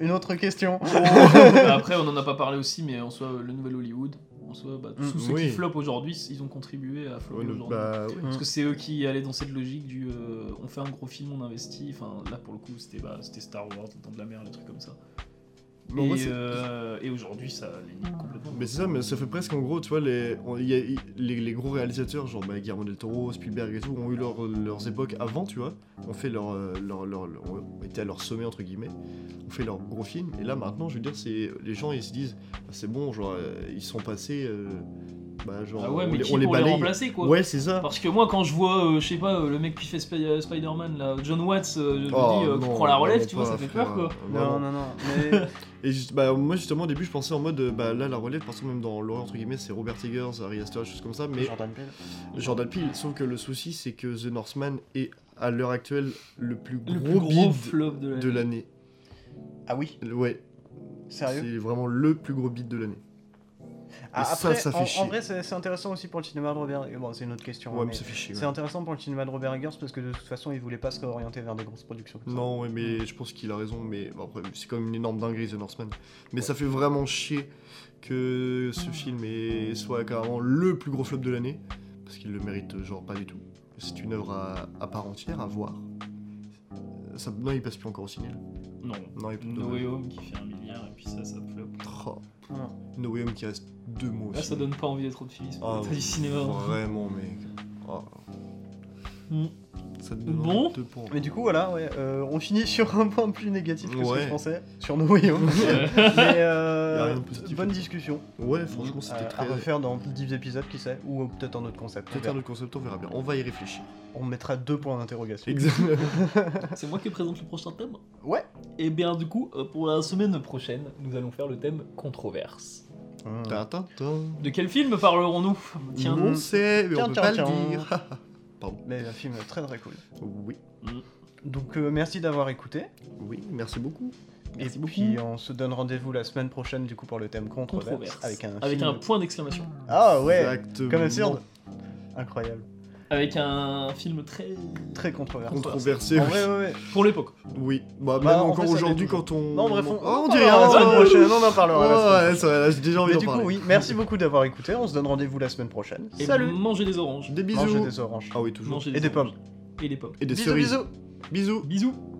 A: Une autre question.
C: Bah, Après, on en a pas parlé aussi, mais en soi, euh, le nouvel Hollywood, en soi, bah, tous
B: Mm,
C: ceux
B: oui.
C: qui flopent aujourd'hui, ils ont contribué à flopper
B: Ouais, le-
C: aujourd'hui.
B: bah, ouais.
C: Parce que c'est eux qui allaient dans cette logique du euh, on fait un gros film, on investit. Enfin, là pour le coup, c'était bah, c'était Star Wars, le temps de la mer, les trucs comme ça.
B: Mais en
C: et
B: vrai, Bah, c'est-
C: euh, et aujourd'hui, ça les nique complètement.
B: Mais c'est ça, mais ça fait presque en gros, tu vois, les, on- il y a- il- les, les gros réalisateurs, genre bah, Guillermo del Toro, Spielberg et tout, ont eu leur- leurs époques avant, tu vois, ont fait leur, euh, leur, leur, leur- ont été à leur sommet, entre guillemets, ont fait leurs gros films, et là maintenant, je veux dire, c'est les gens, ils se disent, Ah, c'est bon, genre, euh, ils sont passés, euh, bah, genre,
C: ah ouais,
B: on,
C: mais
B: les,
C: qui
B: on les
C: pour les
B: balaye.
C: remplacer quoi
B: ouais, c'est ça.
C: Parce que moi, quand je vois, euh, je sais pas, euh, le mec qui fait Spi- euh, Spider-Man, là, John Watts, euh, je me
B: Oh,
C: dis, euh, qui
B: non,
C: prend la relève,
B: vraiment
C: tu vois,
B: pas,
C: ça fait peur
B: frère.
C: quoi.
A: Non,
B: Vraiment.
A: non, non. Mais
B: Et juste- bah, moi justement au début je pensais en mode euh, bah là la relève parce que même dans l'horreur entre guillemets c'est Robert Eggers, Ari Aster, choses comme ça mais
A: Jordan Peele.
B: Jordan Peele sauf que le souci c'est que The Northman est à l'heure actuelle le plus gros,
C: Le plus gros
B: bide
C: flop de
B: de
C: l'année.
B: l'année.
A: Ah oui,
B: Ouais,
A: sérieux.
B: c'est vraiment le plus gros bide de l'année.
A: Ah,
B: ça,
A: après,
B: ça fait
A: en, en
B: chier.
A: vrai, c'est c'est intéressant aussi pour le cinéma de Robert. Bon, c'est une autre question.
B: Ouais,
A: hein,
B: mais
A: mais
B: ça fait chier. ouais.
A: C'est intéressant pour le cinéma de Robert Eggers parce que de toute façon, il voulait pas se réorienter vers des grosses productions. comme ça.
B: Non, ouais, mais je pense qu'il a raison, mais bon, après, c'est quand même une énorme dinguerie The Northman. Mais ça fait vraiment chier que ce film est- soit carrément le plus gros flop de l'année, parce qu'il le mérite, genre, pas du tout. C'est une œuvre à, à part entière, à voir. Euh, Ça- non, il passe plus encore au ciné. là.
C: Non.
B: Non, il
C: No Way Home qui fait un milliard, et puis ça, ça flop.
B: Oh,
A: Non.
B: No Way Home qui reste deux mots. au
C: Là, Ah, ça
B: ciné.
C: donne pas envie d'être optimiste pour
B: Ah,
C: l'état du cinéma. hein.
B: Vraiment, mec. Oh.
C: Mm.
B: Ça te donne
C: Bon.
B: envie de te pendre.
A: Mais du coup, voilà, ouais, euh, on finit sur un point plus négatif que ce que
B: Ouais.
A: je pensais, sur nos voyons. Mais euh,
B: Y a rien de positif.
A: bonne discussion
B: Ouais, franchement, c'était
A: à, à
B: très.
A: refaire dans 10 épisodes, qui sait, ou peut-être un autre concept. on
B: Peut-être un
A: verra.
B: autre concept, on verra bien. On va y réfléchir.
A: On mettra deux points d'interrogation.
B: Exactement.
C: C'est moi qui présente le prochain thème
A: Ouais.
C: Et bien du coup, euh, pour la semaine prochaine, nous allons faire le thème controverse.
A: Hum.
C: De quel film parlerons-nous Tiens,
B: on sait, mais
A: Tiens,
B: on peut
A: tiens,
B: pas
A: tiens.
B: le dire.
A: Mais un film très très cool.
B: oui,
A: Donc euh, merci d'avoir écouté.
B: oui, merci beaucoup.
A: et puis on se donne rendez-vous la semaine prochaine du coup pour le thème controverse,
C: controverse.
A: avec un
C: avec
A: film-
C: un point d'exclamation.
A: Ah ouais,
B: Exactement.
A: comme absurde. Incroyable,
C: Avec un film très...
A: très controversé.
B: Controversé.
A: En vrai, ouais, ouais.
C: Pour l'époque.
B: Oui, bah,
A: Bah,
B: même
A: en fait,
B: encore
A: ça l'est
B: aujourd'hui
A: toujours.
B: quand on.
A: Non, bref, on,
B: Ah, on
A: en
B: dit
A: parlera
B: rien.
A: la semaine
B: ouais.
A: prochaine, on en parlera la semaine
B: Ouais, ça va, là, j'ai déjà envie
A: Mais
B: d'en
A: du coup,
B: parler.
A: oui, merci beaucoup d'avoir écouté. On se donne rendez-vous la semaine prochaine.
C: Et
A: Salut.
C: Manger des oranges.
B: Des
A: Mangez
B: bisous.
A: des oranges.
B: Ah oui, toujours.
C: Manger
A: Et des
C: oranges. Et des pommes.
B: Et des
A: bisous,
B: cerises.
A: bisous.
B: Bisous.
C: Bisous